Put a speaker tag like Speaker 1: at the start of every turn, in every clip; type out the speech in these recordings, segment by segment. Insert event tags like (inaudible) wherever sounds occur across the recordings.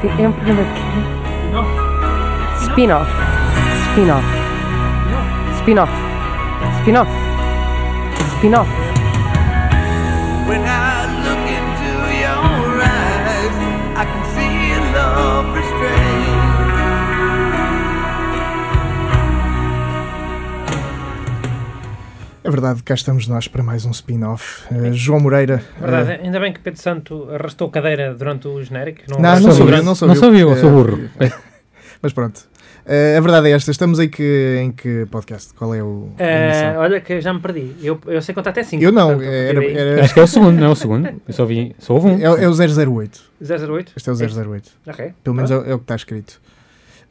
Speaker 1: Te- É um programa de quê? Spin-off. Spin-off. Spin-off. Spin-off. Spin-off.
Speaker 2: When I look into your eyes, I can see love restrained.
Speaker 3: É verdade, cá estamos nós para mais um spin-off. Eh, João Moreira. eh,
Speaker 4: É Verdade, ainda bem que Pedro Santo arrastou cadeira durante o genérico.
Speaker 3: Não, Ah, não
Speaker 4: arrastou
Speaker 3: sou eu,
Speaker 4: durante-
Speaker 3: não sou
Speaker 5: não
Speaker 3: eu.
Speaker 5: sou eu, eu sou
Speaker 3: Eh,
Speaker 5: burro.
Speaker 3: Mas pronto. Eh, a verdade é esta. Estamos em que, em que podcast? Qual é o. a
Speaker 4: Eh,
Speaker 3: emissão?
Speaker 4: olha, que já me perdi. Eu, eu sei contar até 5.
Speaker 3: eu não. eh, Era, era-
Speaker 5: Acho que é o segundo, não é o segundo? Eu só vi, só houve um.
Speaker 3: é, é o 008.
Speaker 4: 008?
Speaker 3: Este é o 008.
Speaker 4: Ok.
Speaker 3: Pelo menos é, o- é o que está escrito.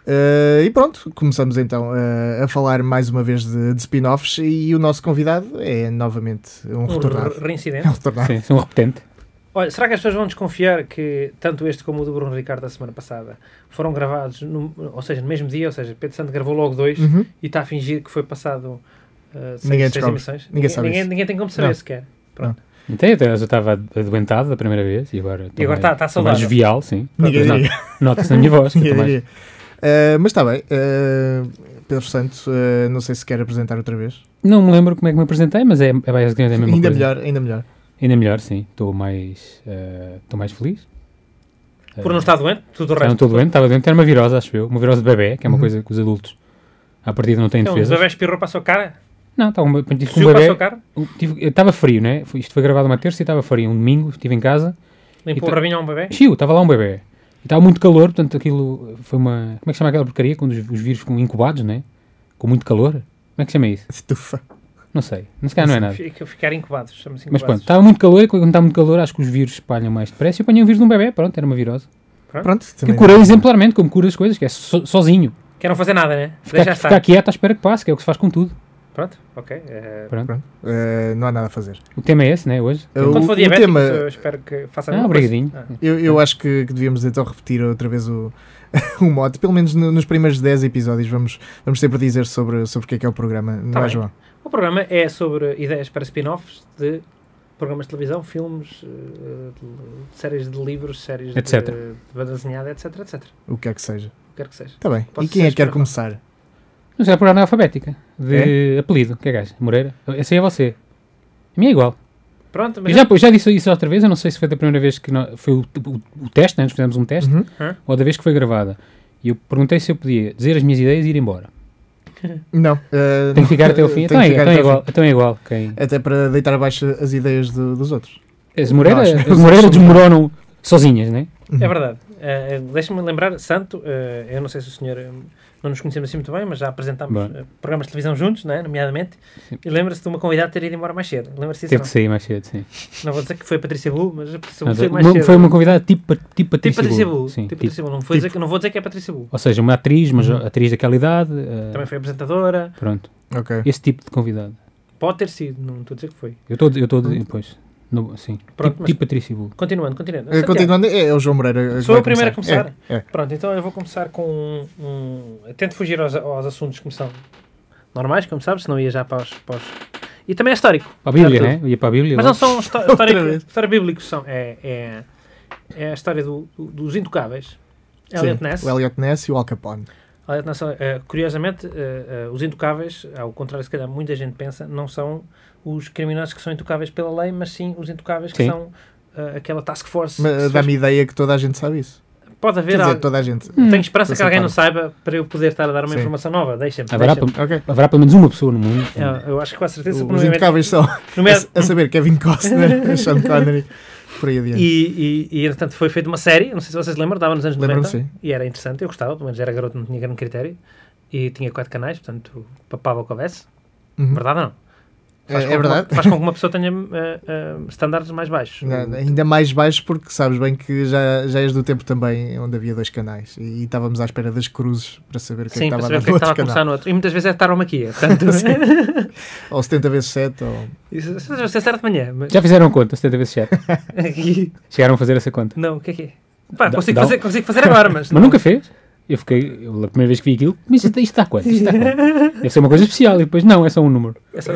Speaker 3: Eh, e pronto, começamos então eh, a falar mais uma vez de, de spin-offs. E o nosso convidado é novamente um retornado.
Speaker 4: re-
Speaker 3: É
Speaker 4: reincidente.
Speaker 3: um retornado.
Speaker 5: Sim, sou um repetente.
Speaker 4: Olha, será que as pessoas vão desconfiar que tanto este como o do Bruno Ricardo da semana passada foram gravados, no- ou seja, no mesmo dia? Ou seja, Pedro Santo gravou logo dois
Speaker 3: Uhum.
Speaker 4: e está a fingir que foi passado eh, seis,
Speaker 3: Ninguém
Speaker 4: seis
Speaker 3: descobre.
Speaker 4: emissões?
Speaker 3: Ninguém sabe
Speaker 4: ninguém,
Speaker 3: isso.
Speaker 4: ninguém tem como saber
Speaker 3: Não.
Speaker 4: sequer.
Speaker 5: Então, eu eu estava adoentado da primeira vez e agora estou
Speaker 4: agora
Speaker 5: mais-
Speaker 4: tá- tá
Speaker 5: estou mais
Speaker 4: saudável.
Speaker 5: jovial, sim.
Speaker 3: Ninguém
Speaker 5: Nota-
Speaker 3: diria.
Speaker 5: Nota-se na minha voz. que eu
Speaker 3: Ninguém
Speaker 5: tô mais-
Speaker 3: diria. Eh, mas está bem. eh, Pedro Santos, eh, não sei se quer apresentar outra vez.
Speaker 5: Não me lembro como é que me apresentei, mas é, é basicamente a mesma
Speaker 3: ainda
Speaker 5: coisa.
Speaker 3: melhor, ainda
Speaker 5: (laughs)
Speaker 3: melhor.
Speaker 5: Ainda melhor, sim. Estou mais, eh, estou mais feliz. Eh,
Speaker 4: Por não estar doente, tudo o
Speaker 5: já não
Speaker 4: resto.
Speaker 5: estou doente, estava doente, era uma virose, acho eu. Uma virose de bebê, que é uma
Speaker 3: Uhum.
Speaker 5: coisa que os adultos à partida não têm
Speaker 4: Então, o
Speaker 5: defesa.
Speaker 4: bebê espirrou para a sua cara,
Speaker 5: Não, estava um, tive um
Speaker 4: subiu para a sua
Speaker 5: bebê.
Speaker 4: cara,
Speaker 5: eu tive- eu Estava frio, né? Foi- Isto foi gravado uma terça e estava frio. Um domingo estive em casa
Speaker 4: limpou
Speaker 5: E
Speaker 4: o
Speaker 5: tá-
Speaker 4: rabinho a um bebê.
Speaker 5: Chiu, estava lá um bebê. E Estava muito calor, portanto aquilo foi uma. Como é que chama aquela porcaria? Quando os, os vírus ficam incubados, né? Com muito calor? Como é que chama isso?
Speaker 3: Estufa.
Speaker 5: Não sei. Não se calhar não é nada.
Speaker 4: Fica- Ficar incubados, chama-se
Speaker 5: Mas
Speaker 4: incubados.
Speaker 5: pronto, tá. estava muito calor e quando está muito calor acho que os vírus espalham mais depressa. E eu apanhei um vírus de um bebê, pronto, era uma virose.
Speaker 3: Pronto,
Speaker 5: Que
Speaker 3: também.
Speaker 5: curei exemplarmente, como cura as coisas, que é so- sozinho.
Speaker 4: Quer não fazer nada, né? Deixa
Speaker 5: Ficar,
Speaker 4: estar.
Speaker 5: ficar quieto à espera que passe, que é o que se faz com tudo.
Speaker 4: Pronto, ok. eh,
Speaker 5: Pronto.
Speaker 3: Pronto, eh, não há nada a fazer.
Speaker 5: O tema é esse, né? Hoje.
Speaker 3: Eu-
Speaker 4: Quando
Speaker 3: O- o
Speaker 4: for diabético,
Speaker 3: tema-
Speaker 4: eu espero que faça a
Speaker 5: Ah,
Speaker 4: mesma coisa.
Speaker 5: obrigadinho.
Speaker 4: Ah,
Speaker 3: Eu, eu acho que, que devíamos então repetir outra vez o, (laughs) o mote. Pelo menos no- nos primeiros 10 episódios vamos, vamos sempre dizer sobre, sobre o que é que é o programa. Não
Speaker 4: Tá
Speaker 3: é,
Speaker 4: bem.
Speaker 3: João?
Speaker 4: O programa é sobre ideias para spin-offs de programas de televisão, filmes, eh, de- séries de livros, séries de-
Speaker 5: Etc.
Speaker 4: de banda desenhada, etc, etc.
Speaker 3: O que é que seja.
Speaker 4: O que quer que seja.
Speaker 3: Está bem.
Speaker 4: Posso
Speaker 3: e quem é
Speaker 4: ser
Speaker 3: que quer
Speaker 4: esperado?
Speaker 3: começar?
Speaker 5: Não sei, a programa alfabética. De apelido. que é gajo? Moreira? Esse aí é você. A minha é igual.
Speaker 4: Pronto, mas
Speaker 5: Eu já, eu já disse isso outra vez, eu não sei se foi da primeira vez que nó- foi o, o- o teste, né? nós fizemos um teste,
Speaker 3: Uhum.
Speaker 5: ou da vez que foi gravada. E eu perguntei se eu podia dizer as minhas ideias e ir embora.
Speaker 3: Não. eh,
Speaker 5: Tem que ficar
Speaker 3: não, (laughs)
Speaker 5: até o
Speaker 3: eh,
Speaker 5: fim.
Speaker 3: tem
Speaker 5: Então
Speaker 3: que
Speaker 5: é,
Speaker 3: ficar
Speaker 5: então é
Speaker 3: até o
Speaker 5: igual. Então é igual. Quem...
Speaker 3: fim. Até para deitar abaixo as ideias do- dos outros.
Speaker 5: As Moreira,
Speaker 3: Nós.
Speaker 5: as Moreira desmoronam sozinhas, né?
Speaker 4: é verdade. Eh, eh, Deixa-me lembrar, Santo, eh, eu não sei se o senhor... eh, Não nos conhecemos assim muito bem, mas já apresentámos
Speaker 5: Bem.
Speaker 4: eh, programas de televisão juntos, né, nomeadamente.
Speaker 5: Sim.
Speaker 4: E lembra-se de uma convidada ter ido embora mais cedo. Lembra-se disso?
Speaker 5: Teve
Speaker 4: não?
Speaker 5: que sair mais cedo, sim.
Speaker 4: Não vou dizer que foi a Patrícia Bull, mas a Patrícia
Speaker 5: é, Não,
Speaker 4: Bull saiu mais
Speaker 5: uma-
Speaker 4: cedo.
Speaker 5: foi uma convidada tipo, pa- tipo
Speaker 4: Tipo
Speaker 5: Patrícia
Speaker 4: Patrícia
Speaker 5: Bull,
Speaker 4: Bull.
Speaker 5: Sim,
Speaker 4: tipo
Speaker 5: tipo-
Speaker 4: Patrícia Bull. Não, vou dizer que- não vou dizer que é Patrícia Bull.
Speaker 5: Ou seja, uma atriz, mas atriz daquela idade. eh,
Speaker 4: Também foi apresentadora.
Speaker 5: Pronto.
Speaker 3: Ok.
Speaker 5: Esse tipo de convidado.
Speaker 4: Pode ter sido, não estou a dizer que foi.
Speaker 5: Eu estou eu tô, depois. No, sim.
Speaker 4: Pronto,
Speaker 5: tipo,
Speaker 4: mas-
Speaker 5: tipo Patrícia Bull.
Speaker 4: Continuando, continuando.
Speaker 3: Eh,
Speaker 4: Santiago,
Speaker 3: Continuando, é, é o João Moreira.
Speaker 4: Sou
Speaker 3: eu
Speaker 4: eu o primeiro a começar.
Speaker 3: É, é.
Speaker 4: Pronto, então eu vou começar com um. um- tento fugir aos, aos assuntos que me são normais, como sabes, senão ia já para os. para os- E também é histórico.
Speaker 5: Para a Bíblia,
Speaker 4: Claro,
Speaker 5: né? Ia para a Bíblia.
Speaker 4: Mas
Speaker 5: lá.
Speaker 4: não são
Speaker 3: (laughs)
Speaker 4: histó-
Speaker 3: vez.
Speaker 4: histórico, história bíblica, são. É, é, é a história do- do- dos intocáveis. Elliot
Speaker 3: é. Sim,
Speaker 4: Ness.
Speaker 3: O Elliot Ness e o Al Capone.
Speaker 4: Aliás, não são- eh, curiosamente, eh, eh, os intocáveis, ao contrário, se calhar muita gente pensa, não são os criminosos que são intocáveis pela lei, mas sim os intocáveis que
Speaker 5: Sim.
Speaker 4: são eh, aquela task force. que
Speaker 3: Mas
Speaker 4: se
Speaker 3: Dá-me ideia que toda a gente sabe isso.
Speaker 4: fez- Pode haver
Speaker 3: Quer dizer,
Speaker 4: algo.
Speaker 3: toda a gente.
Speaker 4: Tenho esperança que
Speaker 3: Sim,
Speaker 4: alguém não
Speaker 3: claro.
Speaker 4: saiba para eu poder estar a dar uma
Speaker 3: Sim.
Speaker 4: informação nova. Deixa-me.
Speaker 5: Haverá,
Speaker 4: deixa-me.
Speaker 3: Ok.
Speaker 5: haverá pelo menos uma pessoa no mundo.
Speaker 4: Eu, eu acho é que com a certeza.
Speaker 3: Os
Speaker 4: provavelmente-
Speaker 3: intocáveis são
Speaker 4: no meio-
Speaker 3: a, a saber é Kevin
Speaker 4: (laughs)
Speaker 3: Costner, né? Sean Connery, por aí adiante.
Speaker 4: E, e, e, entretanto, foi feita uma série, não sei se vocês lembram, dava nos anos
Speaker 3: Lembro-me,
Speaker 4: 90.
Speaker 3: sim.
Speaker 4: E era interessante, eu gostava, pelo menos era garoto, não tinha grande critério. E tinha quatro canais, portanto, papava o que houvesse.
Speaker 3: Uhum.
Speaker 4: Verdade ou não?
Speaker 3: É,
Speaker 4: Faz com
Speaker 3: é
Speaker 4: que uma-
Speaker 3: verdade.
Speaker 4: faz com que uma pessoa tenha eh, eh, estándares mais baixos.
Speaker 3: Na- Ainda és baixo porque sabes bem que já, já és do tempo também onde havia dois canais e, estávamos à espera das cruzes para saber o que é que
Speaker 4: Sim, para
Speaker 3: estava a
Speaker 4: saber
Speaker 3: dar
Speaker 4: o que
Speaker 3: no
Speaker 4: é que estava
Speaker 3: outro
Speaker 4: a começar
Speaker 3: canal.
Speaker 4: no outro. E muitas vezes é taromaquia. Portanto,
Speaker 5: (laughs)
Speaker 4: (laughs)
Speaker 3: Ou 70 vezes 7 ou...
Speaker 4: isso isso deve ser certo de manhã. Mas...
Speaker 5: Já fizeram conta, 70 vezes 7. Chegaram a fazer essa conta.
Speaker 4: (laughs) não, o que é que é? Pá,
Speaker 5: Dá-
Speaker 4: consigo,
Speaker 5: dá um-
Speaker 4: fazer, consigo fazer agora,
Speaker 5: (laughs)
Speaker 4: mas.
Speaker 5: Mas nunca fez. Eu fiquei, eu, a primeira vez que vi aquilo, mas isto, isto está quanto? Isto está quanto? Deve ser uma coisa especial e depois não, é só um número.
Speaker 4: É só-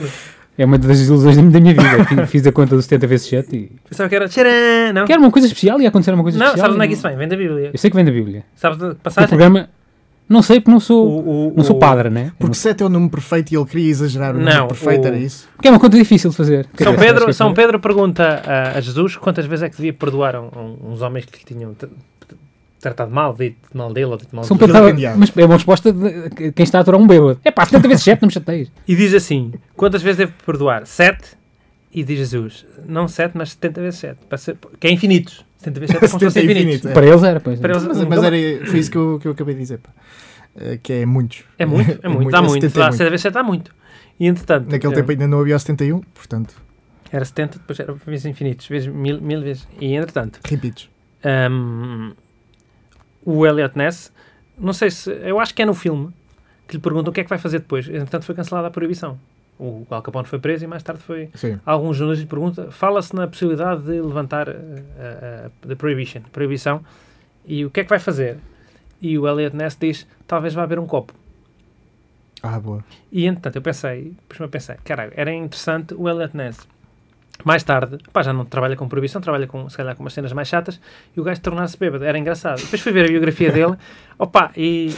Speaker 5: É uma das ilusões da da minha vida. Fiz- Fiz a conta dos 70 vezes 7 e.
Speaker 4: Pensava que era tcharam, não?
Speaker 5: Que era uma coisa especial e ia acontecer uma coisa
Speaker 4: Não,
Speaker 5: especial. Tipo,
Speaker 4: sabes onde é que
Speaker 5: e-
Speaker 4: isso vem? Tá Vem da Bíblia.
Speaker 5: Eu sei que vem da Bíblia.
Speaker 4: Sabes da
Speaker 5: O
Speaker 4: passagem?
Speaker 5: programa. Não sei porque não sou,
Speaker 4: O- o-
Speaker 5: não um sou
Speaker 4: o-
Speaker 5: padre, né?
Speaker 3: Porque 7 é o número perfeito e ele queria exagerar o
Speaker 4: Não,
Speaker 3: número perfeito,
Speaker 4: o-
Speaker 3: era isso?
Speaker 5: Porque é uma conta difícil de fazer. Quer
Speaker 4: São
Speaker 5: dizer, acho que
Speaker 4: Pedro,
Speaker 5: é
Speaker 4: São
Speaker 5: fazer.
Speaker 4: Pedro pergunta a, a Jesus quantas vezes é que devia perdoar a um- um- uns homens que lhe tinham tra- tratado mal, dito mal dele ou dito mal
Speaker 5: São
Speaker 4: dele.
Speaker 5: Pedro estava-
Speaker 3: Arrependiado.
Speaker 5: mas é uma resposta de que- quem está a aturar um bêbado. É pá, 70 vezes 7, não me chateias.
Speaker 4: E diz assim: quantas vezes devo perdoar? Sete? E diz Jesus: não sete, mas 70 vezes sete. Para ser- que é infinitos. 70 vezes sete é
Speaker 3: (laughs)
Speaker 4: como se
Speaker 3: 70
Speaker 4: fossem
Speaker 3: é
Speaker 4: infinitos.
Speaker 3: infinito, é.
Speaker 5: Para eles era, pois.
Speaker 4: Para eles-
Speaker 3: Mas,
Speaker 4: um-
Speaker 3: mas era, foi isso que eu, que eu acabei de dizer, pá. Eh, que é muitos.
Speaker 4: É muito, é muito,
Speaker 3: (laughs)
Speaker 4: dá
Speaker 3: é
Speaker 4: muito.
Speaker 3: 70 é
Speaker 4: Dá 70 vezes 7 dá muito. E entretanto,
Speaker 3: Naquele
Speaker 4: eh,
Speaker 3: tempo ainda não havia o 71, portanto,
Speaker 4: era 70, depois era vezes infinitos, vezes mil, mil vezes. E entretanto,
Speaker 3: repites.
Speaker 4: Ahm, o Elliot Ness, não sei se, eu acho que é no filme que lhe perguntam o que é que vai fazer depois. Entretanto, foi cancelada a proibição. O Al Capone foi preso e mais tarde foi.
Speaker 3: Sim.
Speaker 4: Alguns jornalistas perguntam: fala-se na possibilidade de levantar eh, a a- the prohibition, proibição, e o que é que vai fazer? E o Elliot Ness diz: talvez vá haver um copo.
Speaker 3: Ah, boa.
Speaker 4: E entretanto eu pensei, pois eu pensei, caralho, era interessante o Elliot Ness. Mais tarde, pá, já não trabalha com proibição, trabalha com, se calhar com umas cenas mais chatas, e o gajo tornar-se bêbado, era engraçado. Depois fui ver a biografia dele, (laughs) opa, e,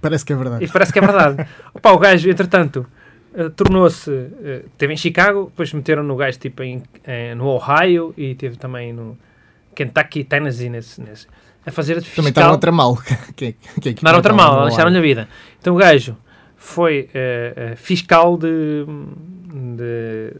Speaker 3: Parece que é verdade.
Speaker 4: e parece que
Speaker 3: (laughs)
Speaker 4: é verdade. Opa, o gajo, entretanto, eh, tornou-se, eh, teve em Chicago, depois meteram no gajo tipo em, eh, no Ohio, e teve também no Kentucky, Tennessee, nesse, nesse- a fazer de
Speaker 3: Também
Speaker 4: fiscal.
Speaker 3: está outra mal. (laughs) Que, é que, que
Speaker 4: Não era outra
Speaker 3: não
Speaker 4: mal,
Speaker 3: há.
Speaker 4: deixaram-lhe a vida. Então o gajo foi eh, eh, fiscal de, de,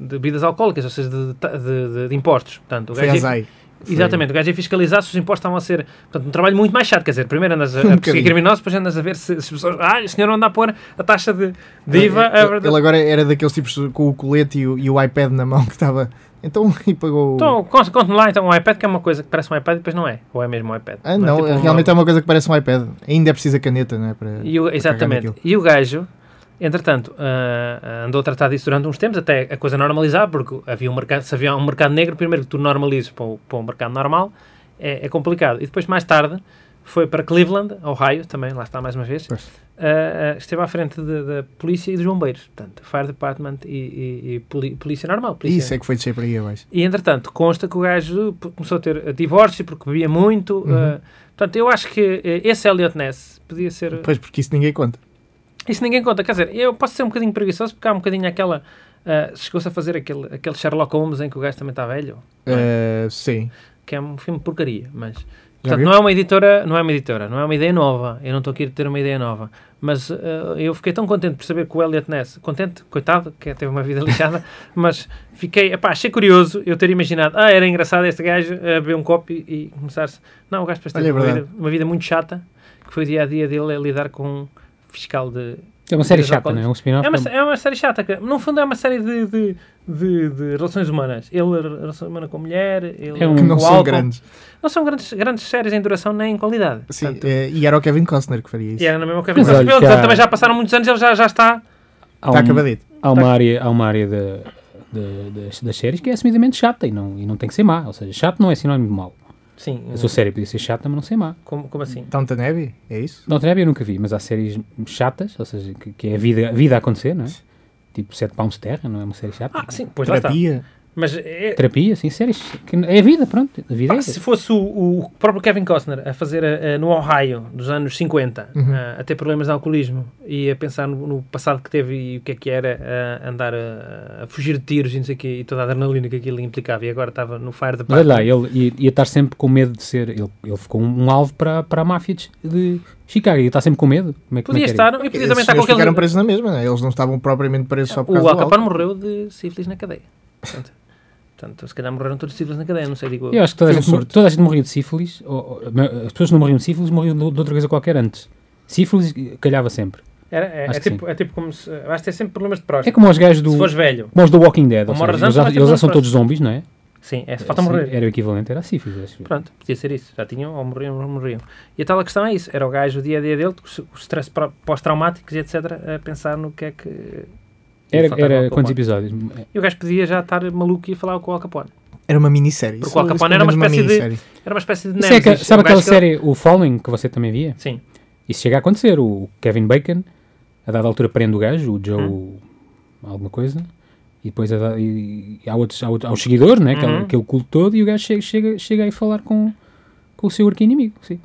Speaker 4: de bebidas alcoólicas, ou seja, de, de- de- de impostos. Portanto, o
Speaker 3: Foi
Speaker 4: gajo ia-
Speaker 3: azai. Foi-
Speaker 4: Exatamente, o gajo ia fiscalizar se os impostos estavam a ser. Portanto, um trabalho muito mais chato. Quer dizer, primeiro andas
Speaker 3: (laughs) Um
Speaker 4: a, a perseguir
Speaker 3: bocadinho.
Speaker 4: criminosos, depois andas a ver se, se as pessoas. Ah, o senhor anda a pôr a taxa de, de
Speaker 3: Ele-
Speaker 4: IVA. eh, a
Speaker 3: ele,
Speaker 4: é verdade."
Speaker 3: ele é agora era daqueles tipos com o colete e o, e o iPad na mão (laughs) que estava. Então, e pagou. o-
Speaker 4: Então, conte- conte-me lá então um iPad, que é uma coisa que parece um iPad e depois não é. Ou é mesmo um iPad.
Speaker 3: Ah, não,
Speaker 4: tipo um-
Speaker 3: realmente é uma coisa que parece um iPad. Ainda é preciso a caneta, não é? Para...
Speaker 4: E o- exatamente.
Speaker 3: naquilo.
Speaker 4: E o gajo, entretanto, ah, andou a tratar disso durante uns tempos, até a coisa normalizar, porque havia um mercado, se havia um mercado negro, primeiro que tu normalizes para, o- para um mercado normal, é, é complicado. E depois, mais tarde, foi para Cleveland, Ohio, também, lá está mais uma vez,
Speaker 3: Pois.
Speaker 4: ah, ah, esteve à frente de- da polícia e dos bombeiros, portanto, Fire Department e, e- e poli- polícia normal. Polícia
Speaker 3: Isso é que foi descer para aí abaixo.
Speaker 4: e entretanto, consta que o gajo p- começou a ter eh, divórcio porque bebia muito.
Speaker 3: Uhum.
Speaker 4: eh, portanto, eu acho que eh, esse Elliot Ness podia ser.
Speaker 3: Pois, porque isso ninguém conta.
Speaker 4: Isso ninguém conta. Quer dizer, eu posso ser um bocadinho preguiçoso porque há um bocadinho aquela. ah, Chegou-se a fazer aquele, aquele Sherlock Holmes em que o gajo também está velho,
Speaker 3: Eh, sim.
Speaker 4: que é um filme de porcaria, mas.
Speaker 3: Já
Speaker 4: Portanto,
Speaker 3: viu?
Speaker 4: não é uma editora, não é uma editora, não é uma ideia nova. Eu não estou aqui a ter uma ideia nova. Mas ah, eu fiquei tão contente por saber que o Elliot Ness, contente, coitado, que é, teve uma
Speaker 3: (laughs)
Speaker 4: vida lixada, mas fiquei, epá, achei curioso eu ter imaginado, ah, era engraçado este gajo ah, beber um copo e, e começar-se. Não, o gajo depois
Speaker 3: Olha,
Speaker 4: teve
Speaker 3: é
Speaker 4: uma
Speaker 3: verdade.
Speaker 4: vida, uma vida muito chata, que foi o dia a dia dele a lidar com um fiscal de
Speaker 5: É uma série
Speaker 4: Bebidas
Speaker 5: chata, não é? Um spin-off.
Speaker 4: é uma,
Speaker 5: é um-
Speaker 4: sé- é uma série chata, que, no fundo é uma série de, de, de- de relações humanas. Ele, a relação humana com a mulher, ele
Speaker 5: É um-
Speaker 4: com
Speaker 3: Que (laughs) não
Speaker 4: o
Speaker 3: são
Speaker 4: álcool.
Speaker 3: grandes.
Speaker 4: Não são grandes, grandes séries em duração nem em qualidade.
Speaker 3: Sim,
Speaker 4: Portanto,
Speaker 3: eh, e era o Kevin Costner que faria isso.
Speaker 4: e era na mesma
Speaker 5: Mas
Speaker 4: coisa. Mas,
Speaker 5: olha,
Speaker 4: pelo
Speaker 5: que há-
Speaker 4: também já passaram muitos anos, ele já, já está.
Speaker 5: há
Speaker 4: Tá
Speaker 3: Está
Speaker 5: um-
Speaker 3: acabadito.
Speaker 5: há uma área, há uma área da- da- das, das séries que é assumidamente chata e não, e não tem que ser má. Ou seja, chato não é sinónimo de mal.
Speaker 4: Sim,
Speaker 5: A sua série podia ser chata, mas não ser má.
Speaker 4: como, como assim?
Speaker 3: Downton Abbey? É isso?
Speaker 5: Não, Trevor eu nunca vi, mas há séries chatas, ou seja, que, que é a vida, a vida a acontecer, não é? Tipo Sete Palmos de Terra, não é uma série chata?
Speaker 4: Ah, sim, pois lá está.
Speaker 3: Terapia?
Speaker 4: Mas é-
Speaker 5: Terapia, sim, séries. Que é a vida, pronto. A vida
Speaker 4: pá,
Speaker 5: é
Speaker 4: Ah, se
Speaker 5: essa.
Speaker 4: fosse o, o próprio Kevin Costner a fazer eh, no Ohio, dos anos 50,
Speaker 3: Uhum.
Speaker 4: eh, a ter problemas de alcoolismo e a pensar no, no passado que teve e o que é que era eh, andar a, a fugir de tiros e não sei o quê, e toda a adrenalina que aquilo implicava, e agora estava no fire
Speaker 5: Mas olha
Speaker 4: department.
Speaker 5: lá, ele ia, ia estar sempre com medo de ser. Ele, ele ficou um, um alvo para, para a máfia de, de Chicago. Ia estar sempre com medo. Como é, que- como
Speaker 4: Podia
Speaker 5: é que era
Speaker 4: estar, e podia
Speaker 3: Esses
Speaker 4: também estar com
Speaker 3: senhores ficaram
Speaker 4: aquele.
Speaker 3: presos na mesma, né? eles não estavam propriamente presos só por causa
Speaker 4: O
Speaker 3: do
Speaker 4: Al Capone
Speaker 3: álcool.
Speaker 4: morreu de sífilis na cadeia. Portanto, portanto, se calhar morreram todos de sífilis na cadeia, não sei, digo.
Speaker 5: isso? Eu acho que toda a,
Speaker 3: Foi um
Speaker 5: gente, mor-
Speaker 3: surto.
Speaker 5: toda a gente morria de sífilis. ou- ou- ma- as pessoas que não morriam de sífilis, morriam de, de outra coisa qualquer antes. Sífilis eh, calhava sempre.
Speaker 4: Era, é,
Speaker 5: Acho
Speaker 4: é
Speaker 5: que
Speaker 4: tipo, é tipo como se. Vais ter sempre problemas de
Speaker 5: É
Speaker 4: próstata.
Speaker 5: como os gajos do.
Speaker 4: Se fores velho.
Speaker 5: Como os do Walking Dead. ou
Speaker 4: Como
Speaker 5: seja,
Speaker 4: morres
Speaker 5: eles
Speaker 4: antes,
Speaker 5: já,
Speaker 4: vais ter
Speaker 5: eles já
Speaker 4: problemas
Speaker 5: são
Speaker 4: de
Speaker 5: todos zombies, não é?
Speaker 4: Sim, é, falta
Speaker 5: Sim,
Speaker 4: morrer.
Speaker 5: Era o equivalente, era a sífilis. acho eu.
Speaker 4: Pronto, podia ser isso. Já tinham, ou morriam, ou morriam. E a tal questão é isso. Era o gajo, o dia a dia dele, com o stress pró- pós-traumáticos e etc., a pensar no que é que.
Speaker 5: Era, tipo-
Speaker 4: Faltava
Speaker 5: era
Speaker 4: o
Speaker 5: quantos
Speaker 4: Capone.
Speaker 5: episódios?
Speaker 4: E o gajo podia já estar maluco e falar com o Al Capone.
Speaker 3: Era é uma minissérie.
Speaker 4: Porque
Speaker 3: Isso-
Speaker 4: o Al
Speaker 3: isso
Speaker 4: Capone
Speaker 3: pelo
Speaker 4: era uma
Speaker 3: menos
Speaker 4: espécie de-
Speaker 3: minissérie.
Speaker 4: Era uma espécie de
Speaker 5: Isso é que-
Speaker 4: Nemesis.
Speaker 5: sabe
Speaker 4: Um gajo
Speaker 5: aquela
Speaker 4: que ele-
Speaker 5: série, o Falling, que você também via?
Speaker 4: Sim.
Speaker 5: Isso chega a acontecer. O Kevin Bacon, a dada altura, prende o gajo, o Joe. alguma coisa. E depois a- e- e há, outros, há, outros, há os seguidores, né? Aquele,
Speaker 4: Uhum.
Speaker 5: aquele culto todo, e o gajo chega, chega, chega aí falar com, com o seu arqui-inimigo. Sim.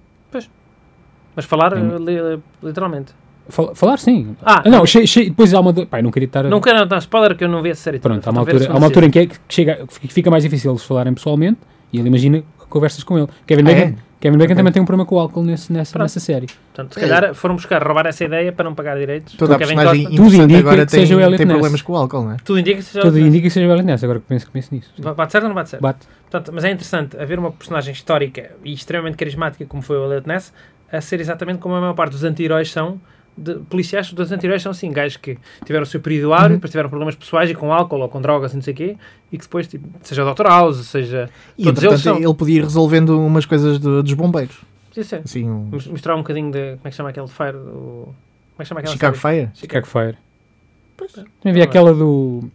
Speaker 4: Mas falar
Speaker 5: É.
Speaker 4: eh, li- literalmente.
Speaker 5: Fal- falar, sim.
Speaker 4: Ah,
Speaker 5: Ah, não, che- che- depois há uma. do- Pai, não queria estar. a-
Speaker 4: não quero dar spoiler que eu não vi a série. toda.
Speaker 5: Pronto, há uma,
Speaker 4: Falta ver a
Speaker 5: altura, há
Speaker 4: segunda
Speaker 5: uma altura em que, é que chega, que fica mais difícil eles falarem pessoalmente e ele imagina conversas com ele. Kevin
Speaker 3: Ah,
Speaker 5: Bacon,
Speaker 3: é?
Speaker 5: Kevin Bacon também tem um problema com o álcool nesse, nessa,
Speaker 4: Pronto.
Speaker 5: nessa série.
Speaker 4: season. Portanto, se calhar foram buscar roubar essa ideia para não pagar direitos.
Speaker 3: É Toda a
Speaker 4: Kevin
Speaker 3: personagem
Speaker 4: Costner.
Speaker 5: Tudo
Speaker 3: interessante
Speaker 5: indica
Speaker 3: agora
Speaker 5: que seja o
Speaker 3: tem,
Speaker 5: Elliot
Speaker 3: tem
Speaker 5: Ness.
Speaker 3: problemas com o álcool, não é?
Speaker 4: Tudo indica que seja.
Speaker 5: Tudo indica que seja Violet Ness, agora que penso, que penso nisso. Sim.
Speaker 4: Bate certo ou não bate certo?
Speaker 5: Bate.
Speaker 4: Portanto, mas é interessante haver uma personagem histórica e extremamente carismática como foi o Elliot Ness a ser exatamente como a maior parte dos anti-heróis são de, policiais, dos anti-heróis são assim, gajos que tiveram o seu período áureo,
Speaker 3: Uhum.
Speaker 4: depois tiveram problemas pessoais e com álcool ou com drogas e não sei o quê, e que depois, tipo, seja o Dr. House, seja...
Speaker 3: E
Speaker 4: Todos eles
Speaker 3: entretanto
Speaker 4: são.
Speaker 3: ele podia ir resolvendo umas coisas do- dos bombeiros.
Speaker 4: Isso é.
Speaker 3: Assim, um
Speaker 4: Vamos mostrar um bocadinho de... como é que chama aquele fire? O, como é que chama aquela
Speaker 3: Chicago
Speaker 4: série?
Speaker 3: Fire.
Speaker 5: Chicago Fire.
Speaker 4: Pois.
Speaker 5: Também havia aquela do.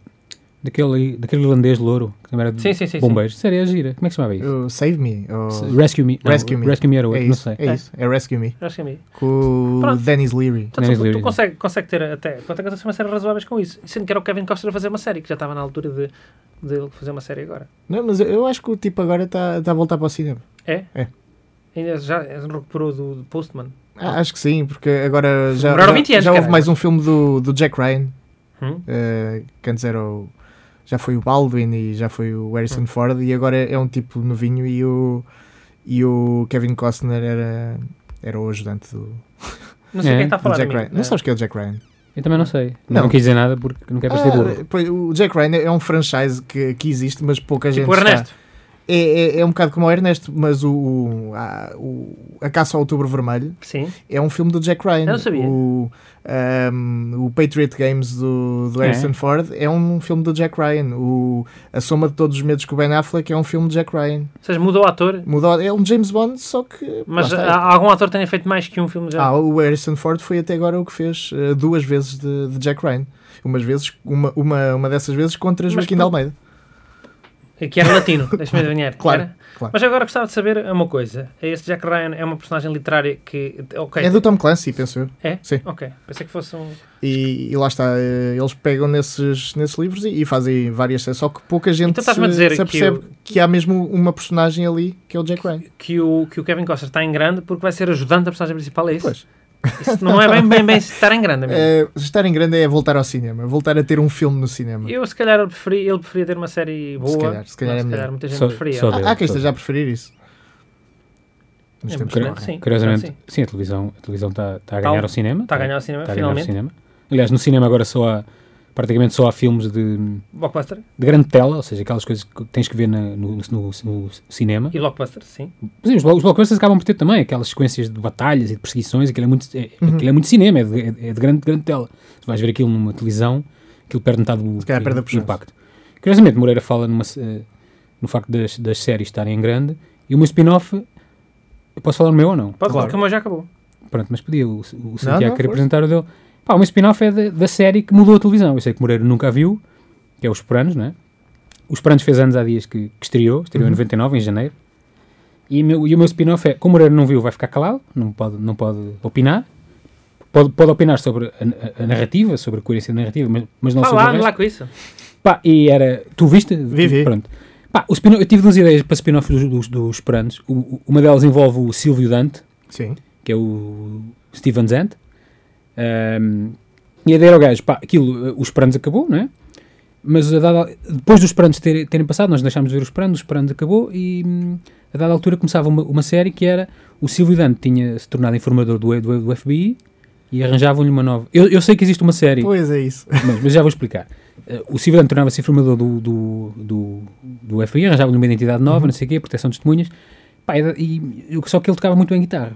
Speaker 5: daquele, daquele irlandês louro, que também era de
Speaker 4: Sim, sim, sim. sim.
Speaker 5: bombeiros. Série é gira. Como é que se chamava isso?
Speaker 3: O Uh, Save Me. ou-
Speaker 5: Se- Rescue Me. Não,
Speaker 3: Rescue Me.
Speaker 5: Rescue Me era outro,
Speaker 3: É
Speaker 5: não
Speaker 3: isso,
Speaker 5: sei.
Speaker 3: é isso. É Rescue Me.
Speaker 4: Acho que é meio.
Speaker 3: Com o
Speaker 4: Pronto.
Speaker 3: Dennis Leary.
Speaker 4: Portanto,
Speaker 5: Nem
Speaker 4: Tá, tu,
Speaker 5: livre,
Speaker 4: tu
Speaker 5: não.
Speaker 4: consegue, consegue ter até consegue ter uma série razoáveis com isso. Sendo que era o Kevin Costner a fazer uma série, que já estava na altura de, de ele fazer uma série agora.
Speaker 3: Não, mas eu- eu acho que o tipo agora está tá a voltar para o cinema.
Speaker 4: É?
Speaker 3: É.
Speaker 4: Ainda já um recuperou do, do Postman.
Speaker 3: Ah, acho que sim, porque agora já,
Speaker 4: Demoraram
Speaker 3: já,
Speaker 4: 20 anos,
Speaker 3: já houve
Speaker 4: caralho.
Speaker 3: mais um filme do, do Jack Ryan,
Speaker 4: Hum?
Speaker 3: eh, que antes era o, já foi o Baldwin e já foi o
Speaker 4: Hum.
Speaker 3: Harrison Ford, e agora é um tipo novinho e o, e o Kevin Costner era, era o ajudante do,
Speaker 4: Não sei
Speaker 5: É,
Speaker 4: quem está a
Speaker 3: do
Speaker 4: falar.
Speaker 3: Jack
Speaker 4: amigo.
Speaker 3: Ryan. Não sabes que é o Jack Ryan?
Speaker 5: Eu também não sei.
Speaker 3: Não.
Speaker 5: Não, quis dizer nada porque não quer parecer burro.
Speaker 3: Ah, pois, o Jack Ryan é um franchise que, que existe, mas pouca gente
Speaker 4: Tipo o
Speaker 3: está.
Speaker 4: Ernesto.
Speaker 3: É, é, é um bocado como o Ernesto, mas o, o- a, o- a Caça ao Outubro Vermelho
Speaker 4: Sim.
Speaker 3: é um filme do Jack Ryan.
Speaker 4: Eu não sabia.
Speaker 3: O, ahm, o Patriot Games do, do
Speaker 5: É.
Speaker 3: Harrison Ford é um filme do Jack Ryan. O A Soma de Todos os Medos com o Ben Affleck é um filme do Jack Ryan.
Speaker 4: Ou seja, mudou o ator,
Speaker 3: Mudou, é um James Bond, só que.
Speaker 4: mas
Speaker 3: lá
Speaker 4: há-
Speaker 3: está.
Speaker 4: há algum ator que tenha feito mais que um filme já.
Speaker 3: Ah, o Harrison Ford foi até agora o que fez eh, duas vezes de, de Jack Ryan. Umas vezes, uma, uma, uma dessas vezes contra
Speaker 4: Mas
Speaker 3: Joaquim de
Speaker 4: por-
Speaker 3: Almeida.
Speaker 4: Que era latino, deixa-me adivinhar.
Speaker 3: (laughs) Claro,
Speaker 4: Era?
Speaker 3: claro.
Speaker 4: Mas agora gostava de saber uma coisa. Este Jack Ryan é uma personagem literária que. Ok.
Speaker 3: É do Tom Clancy, penso eu.
Speaker 4: É?
Speaker 3: Sim.
Speaker 4: Ok. Pensei que fosse um.
Speaker 3: E, e lá está, eh, eles pegam nesses, nesses livros e, e fazem várias séries. Só que pouca gente
Speaker 4: Então
Speaker 3: se,
Speaker 4: estás-me a dizer
Speaker 3: se
Speaker 4: que
Speaker 3: apercebe que, há mesmo uma personagem ali que é o Jack Ryan.
Speaker 4: Que o, que o Kevin Costner está em grande porque vai ser ajudante da personagem principal, é isso?
Speaker 3: Pois.
Speaker 4: Isso não é bem, bem, bem estar em grande, amigo.
Speaker 3: Eh, estar em grande é voltar ao cinema, voltar a ter um filme no cinema.
Speaker 4: Eu, se calhar, preferi, ele preferia ter uma série boa.
Speaker 3: calhar, se calhar é
Speaker 4: mas se
Speaker 3: melhor.
Speaker 4: calhar muita gente
Speaker 5: Só-
Speaker 4: preferia.
Speaker 5: só-
Speaker 3: Há, há quem
Speaker 5: Só-
Speaker 3: esteja a preferir isso. Nos
Speaker 4: É
Speaker 3: tempos que
Speaker 4: Curi-
Speaker 5: Curi-
Speaker 3: correm.
Speaker 4: sim,
Speaker 5: Curiosamente,
Speaker 4: sim.
Speaker 5: sim. a televisão está televisão tá, tá
Speaker 4: Tá-
Speaker 5: a ganhar ao cinema.
Speaker 4: Está a
Speaker 5: tá-
Speaker 4: ganhar o cinema,
Speaker 5: tá a ganhar ao
Speaker 4: finalmente.
Speaker 5: cinema. Aliás, no cinema agora só há, praticamente só há filmes de,
Speaker 4: Blockbuster
Speaker 5: de grande tela, ou seja, aquelas coisas que tens que ver na- no, no- no cinema.
Speaker 4: e Blockbuster, sim.
Speaker 5: Mas, sim, os, blo- os blockbusters acabam por ter também aquelas sequências de batalhas e de perseguições, aquilo é muito, é,
Speaker 3: Uhum.
Speaker 5: aquilo é muito cinema, é de, é- é de grande, grande tela. Se vais ver aquilo numa televisão, aquilo perde metade do,
Speaker 3: Se calhar perde a
Speaker 5: do
Speaker 3: pujança.
Speaker 5: impacto. Curiosamente, Moreira fala numa se- eh, no facto das, das séries estarem em grande e o meu spin-off, eu posso falar o meu ou não?
Speaker 4: Pode
Speaker 3: Claro.
Speaker 4: porque o meu já acabou.
Speaker 5: Pronto, mas podia o, o Santiago
Speaker 3: não,
Speaker 5: querer
Speaker 3: força.
Speaker 5: apresentar o dele. Pá, o meu spin-off é da, da série que mudou a televisão. Eu sei que Moreira nunca a viu, que é Os Puranos, não é? Os Puranos fez anos há dias que, que estreou, estreou
Speaker 3: Uhum.
Speaker 5: em 99, em janeiro. E, o meu- e o meu spin-off é, como o Moreira não viu, vai ficar calado, não pode, não pode opinar. Pode, pode opinar sobre a, a- a narrativa, sobre a coerência da narrativa, mas, mas não
Speaker 4: Vá
Speaker 5: sobre
Speaker 4: lá,
Speaker 5: o
Speaker 4: anda
Speaker 5: resto.
Speaker 4: lá com isso.
Speaker 5: Pá, e era. Tu viste?
Speaker 3: Vi, vi.
Speaker 5: Pronto. Pá, o spin eu tive duas ideias para spin-off dos, dos, dos Puranos. O- o- uma delas envolve o Silvio Dante,
Speaker 3: Sim.
Speaker 5: que é o Steven Zant. Ahm, e a ideia era o gajo, pá, aquilo, eh, os Esperantes acabou, não é? Mas a dada- depois dos Esperantes terem, terem passado, nós deixámos de ver os Esperantes, os Esperantes acabou e hum, a dada altura começava uma, uma série que era o Silvio Dante tinha se tornado informador do, do, do FBI e arranjavam-lhe uma nova. Eu, eu sei que existe uma série
Speaker 3: Pois é isso. (laughs)
Speaker 5: mas, mas já vou explicar. Eh, o Silvio Dante tornava-se informador do, do, do, do FBI, arranjava-lhe uma identidade nova, não sei o quê, proteção de testemunhas. Pá, e, e- só que ele tocava muito bem guitarra.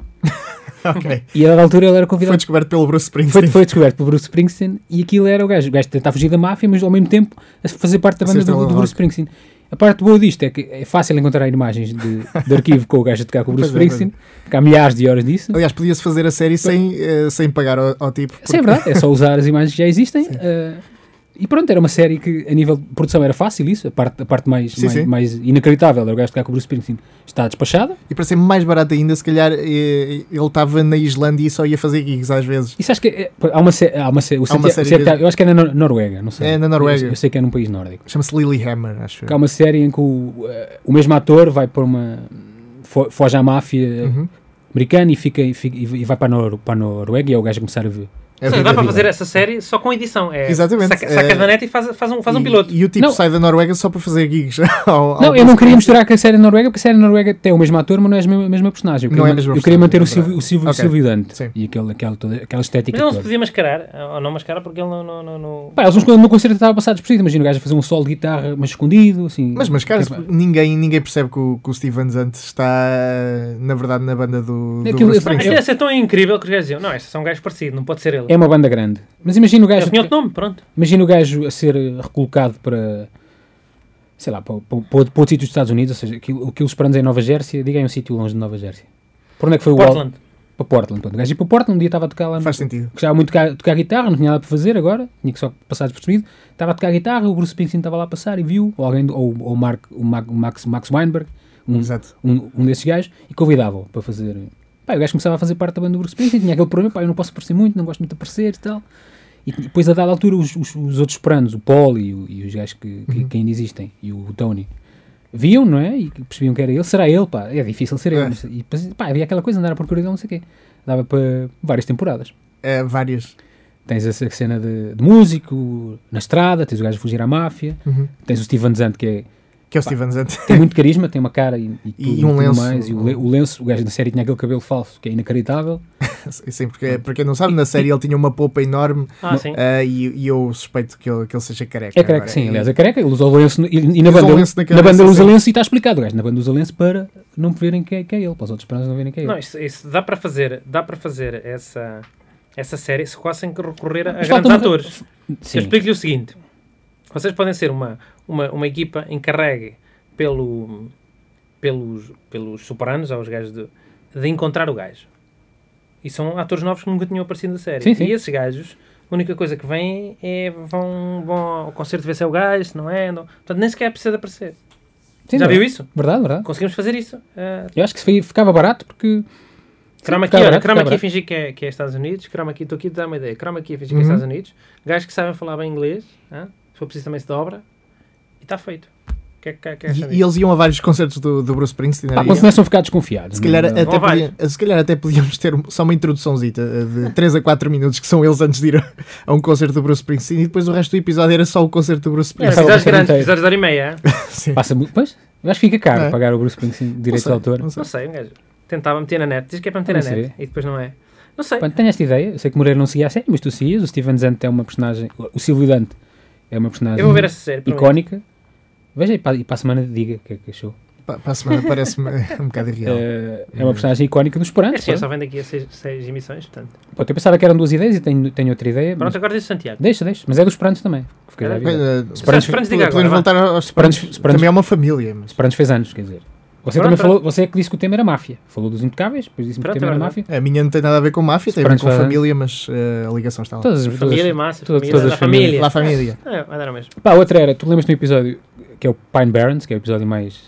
Speaker 3: ok.
Speaker 5: E a dada altura ele era
Speaker 3: Foi
Speaker 5: convidado.
Speaker 3: descoberto pelo Bruce Springsteen.
Speaker 5: Foi, foi descoberto pelo Bruce Springsteen e aquilo era o gajo. O gajo tentava fugir da máfia, mas ao mesmo tempo a fazer parte da
Speaker 3: A ser
Speaker 5: banda do,
Speaker 3: estrela
Speaker 5: do
Speaker 3: de
Speaker 5: Bruce Springsteen. A parte boa disto é que é fácil encontrar imagens de, de arquivo com o gajo a tocar com o Bruce
Speaker 3: Pois é,
Speaker 5: Springsteen, porque há milhares de horas disso.
Speaker 3: Aliás, podia-se fazer a série sem, eh, sem pagar ao, ao tipo.
Speaker 5: Sim, é
Speaker 3: porque-
Speaker 5: verdade, é só usar as imagens que já existem. eh, E pronto, era uma série que a nível de produção era fácil isso, a parte, a parte mais,
Speaker 3: Sim,
Speaker 5: mais,
Speaker 3: sim.
Speaker 5: mais inacreditável era o gajo de cá com o Bruce Springsteen está despachada.
Speaker 3: E para ser mais barato ainda, se calhar eh, ele estava na Islândia e só ia fazer gigs às vezes.
Speaker 5: Isso acho que é- há uma, sé- há uma, sé- o Santiago-
Speaker 3: série
Speaker 5: o Santiago-
Speaker 3: de-
Speaker 5: eu acho que é na Nor- Noruega, não sei.
Speaker 3: É, na Noruega.
Speaker 5: Eu, eu sei que é num país nórdico.
Speaker 3: Chama-se Lilyhammer, acho
Speaker 5: Porque há
Speaker 3: eu.
Speaker 5: uma série em que o, eh, o mesmo ator vai para uma fo- foge à máfia
Speaker 3: Uhum.
Speaker 5: americana e fica, e fica- e vai para a, Nor- para a Noruega e é o gajo a começar a ver.
Speaker 3: É
Speaker 4: Sim,
Speaker 3: vida
Speaker 4: dá para
Speaker 3: dele.
Speaker 4: fazer essa série só com edição. É,
Speaker 3: Exatamente,
Speaker 4: Saca, saca
Speaker 3: é-
Speaker 4: da net e faz, faz um, faz um
Speaker 3: E-
Speaker 4: piloto.
Speaker 3: E, o tipo
Speaker 5: Não.
Speaker 3: sai da Noruega só para fazer gigs. (laughs) ao- ao
Speaker 5: Não, eu
Speaker 3: Bruce
Speaker 5: não queria misturar com a série noruega, porque a série noruega tem o mesmo ator, mas não é a mesma, a mesma personagem. Eu
Speaker 3: Não é
Speaker 5: queria,
Speaker 3: a mesma
Speaker 5: eu queria
Speaker 3: personagem,
Speaker 5: manter o
Speaker 3: é verdade.
Speaker 5: Silvio, o Silvio,
Speaker 3: Ok.
Speaker 5: Silvio Dante
Speaker 3: Sim.
Speaker 5: e aquele, aquela, toda- aquela
Speaker 4: Mas
Speaker 5: estética
Speaker 4: ele não se
Speaker 5: toda.
Speaker 4: podia mascarar, ou não mascarar, porque ele não. não, não, não-
Speaker 5: Pá, eles no, no concerto estavam passados por cima, imagina o gajo a fazer um solo de guitarra, mas escondido, assim.
Speaker 3: Mas, mas cara,
Speaker 5: Tipo,
Speaker 3: ninguém, ninguém percebe que o, que o Steven Zant está, na verdade, na banda do, do
Speaker 5: É
Speaker 3: Bruce
Speaker 5: Aquilo- eu-
Speaker 4: Ah, Isto
Speaker 3: Springsteen.
Speaker 4: ia ser tão incrível que os gajos diziam: Não, este é um gajo parecido, não pode ser ele.
Speaker 5: é uma banda grande. Mas imagina o gajo.
Speaker 4: Ele tinha outro nome, pronto.
Speaker 5: Imagina o gajo a ser eh, recolocado para, sei lá, para, para, para outro para outro sítio dos Estados Unidos, ou seja, aquilo, aquilo esperando em Nova Jersey, diga aí um sítio longe de Nova Jersey. Para onde é que foi o álbum?
Speaker 4: Portland.
Speaker 5: Para Portland. pronto. O gajo ia para Portland, um dia estava a tocar lá, no,
Speaker 3: Faz sentido.
Speaker 5: gostava muito de tocar, de tocar guitarra, não tinha nada para fazer agora, tinha que só passar despercebido, estava a tocar guitarra, o Bruce Springsteen estava lá a passar e viu, ou alguém, do- ou, ou Mark, o Mark- o Max, Max Weinberg, um,
Speaker 3: Exato.
Speaker 5: um, um desses gajos e convidava-o para fazer. Pá, o gajo começava a fazer parte da banda do Bruce Springsteen, tinha aquele problema, pá, eu não posso aparecer muito, não gosto muito de aparecer e tal. E depois, a dada altura, os, os, os outros pranos, o Paul e, o- e os gajos que,
Speaker 3: Uhum.
Speaker 5: que, que ainda existem, e o Tony, viam, não é? E percebiam que era ele, será ele, pá, é difícil ser ele.
Speaker 3: É.
Speaker 5: mas- e depois, pá, havia aquela coisa, andar à procura dele, não sei o quê. Dava para várias temporadas.
Speaker 3: É, várias.
Speaker 5: Tens essa cena de, de músico, na estrada, tens o gajo a fugir à máfia,
Speaker 3: Uhum.
Speaker 5: tens o Steven Zant, que é
Speaker 3: Que é o Steven Zant.
Speaker 5: tem muito carisma, tem uma cara e, e,
Speaker 3: E
Speaker 5: tudo
Speaker 3: um lenço.
Speaker 5: mais. E o, le- o lenço, o gajo da série tinha aquele cabelo falso, que é inacreditável.
Speaker 3: (laughs) Sim, porque, para quem não sabe, na série ele tinha uma polpa enorme
Speaker 4: Ah, sim.
Speaker 3: ah, e, e eu suspeito que ele, que ele seja careca.
Speaker 5: É careca,
Speaker 3: agora.
Speaker 5: sim,
Speaker 3: E-
Speaker 5: aliás, é careca, ele usa o lenço no- e, e
Speaker 3: Usa
Speaker 5: na
Speaker 3: o
Speaker 5: banda,
Speaker 3: lenço na
Speaker 5: na
Speaker 3: cabeça,
Speaker 5: banda ele usa
Speaker 3: sim.
Speaker 5: lenço e está explicado, o gajo na banda usa lenço para não verem que é, que é ele, para os outros pranos não verem que é ele.
Speaker 4: Não, isso, isso dá para fazer, dá para fazer essa, essa série se quase sem que recorrer a
Speaker 5: Mas
Speaker 4: grandes
Speaker 5: falta-me-
Speaker 4: atores. Eu
Speaker 5: sim,
Speaker 4: explico-lhe o seguinte: vocês podem ser uma, uma, uma equipa encarregue pelo, pelos, pelos superanos, aos gajos de, de encontrar o gajo. E são atores novos que nunca tinham aparecido na série.
Speaker 5: Sim, sim.
Speaker 4: E esses gajos, a única coisa que vêm é vão, vão ao concerto ver se é o gajo, se não é. Não. Portanto, nem sequer precisa de aparecer.
Speaker 5: sim,
Speaker 4: Já
Speaker 5: não é?
Speaker 4: viu isso?
Speaker 5: Verdade, verdade.
Speaker 4: Conseguimos fazer isso. ah,
Speaker 5: Eu acho que fi- ficava barato porque...
Speaker 4: Crama aqui,
Speaker 5: ficava
Speaker 4: olha,
Speaker 5: barato,
Speaker 4: crama aqui
Speaker 5: ficava
Speaker 4: a
Speaker 5: barato.
Speaker 4: fingir que é, que é Estados Unidos, crama aqui, estou aqui a dar uma ideia, crama aqui a fingir que é
Speaker 3: Uhum.
Speaker 4: Estados Unidos, gajos que sabem falar bem inglês, hã? se for preciso também se dobra, e está feito. O Que é, que é, que é
Speaker 3: E, e eles iam a vários concertos do, do Bruce Springsteen.
Speaker 5: Pá,
Speaker 3: era-
Speaker 5: mas Ah, começam a ficar desconfiados.
Speaker 3: se, calhar
Speaker 5: não é?
Speaker 3: até
Speaker 4: Vão a vários.
Speaker 3: podia- se calhar até podíamos ter um- só uma introduçãozita eh, de 3 a 4 minutos, que são eles antes de ir a, a um concerto do Bruce Springsteen, e depois o resto do episódio era só o concerto do Bruce
Speaker 4: Era
Speaker 5: Essa
Speaker 3: Springsteen.
Speaker 5: outra
Speaker 4: episódios grandes,
Speaker 5: pergunta é-
Speaker 4: episódios de hora e meia,
Speaker 5: (laughs)
Speaker 4: hã?
Speaker 3: Sim.
Speaker 5: Passa muito... Pois, eu acho que fica caro
Speaker 3: É.
Speaker 5: pagar o Bruce Springsteen
Speaker 3: Não
Speaker 5: direitos
Speaker 3: sei,
Speaker 5: de autor.
Speaker 3: não sei.
Speaker 4: não sei, um gajo tentava meter na net, diz que é para meter
Speaker 5: Não
Speaker 4: na
Speaker 5: sei.
Speaker 4: net, e depois não é. Não sei,
Speaker 5: Pronto, tenho esta ideia. Eu sei que o Moreira não seguia a série, mas tu seguias. O Steven Zant é uma personagem. O Silvio Dante é uma personagem
Speaker 4: eu vou ver essa série, prometo.
Speaker 5: icónica. Veja e para, e para a semana diga o que é que achou.
Speaker 3: Pa- Para a semana parece-me um bocado irreal.
Speaker 5: Eh, é uma personagem icónica dos Esperantes.
Speaker 4: Este ano É assim, só vem daqui a seis, seis emissões, portanto.
Speaker 5: Pode ter pensado que eram duas ideias e tenho, tenho outra ideia. mas-
Speaker 4: Pronto, É. agora diz o Santiago.
Speaker 5: Deixa, deixa. Mas é dos Esperantes também. Fiquei já
Speaker 4: Era-
Speaker 5: a avisar.
Speaker 3: Eh,
Speaker 5: Esperantes-
Speaker 4: Esperantes, diga agora,
Speaker 3: Podemos
Speaker 4: vá.
Speaker 3: voltar aos
Speaker 5: Esperantes-
Speaker 3: Esperantes.
Speaker 5: Esperantes-
Speaker 3: Também é uma família, mas.
Speaker 5: Esperantes fez anos, quer dizer. Você
Speaker 4: Pronto,
Speaker 5: também
Speaker 4: pronto.
Speaker 5: falou, você é que disse que o tema era máfia. Falou dos intocáveis, depois disse que o
Speaker 4: Pronto, é
Speaker 5: tema era
Speaker 4: agora.
Speaker 5: máfia.
Speaker 3: A minha não tem nada a ver com máfia, tem a ver
Speaker 5: Esperantes
Speaker 3: com
Speaker 5: vai-
Speaker 3: família, mas eh, a ligação está lá.
Speaker 5: Todas, as- todas,
Speaker 4: Família, massa,
Speaker 5: todas-
Speaker 4: família,
Speaker 5: todas
Speaker 4: da
Speaker 5: as famílias.
Speaker 4: família.
Speaker 3: Lá a família.
Speaker 4: É, vai dar o mesmo.
Speaker 5: Pá, outra era, tu lembras-te no episódio que é o Pine Barrens, que é o episódio mais,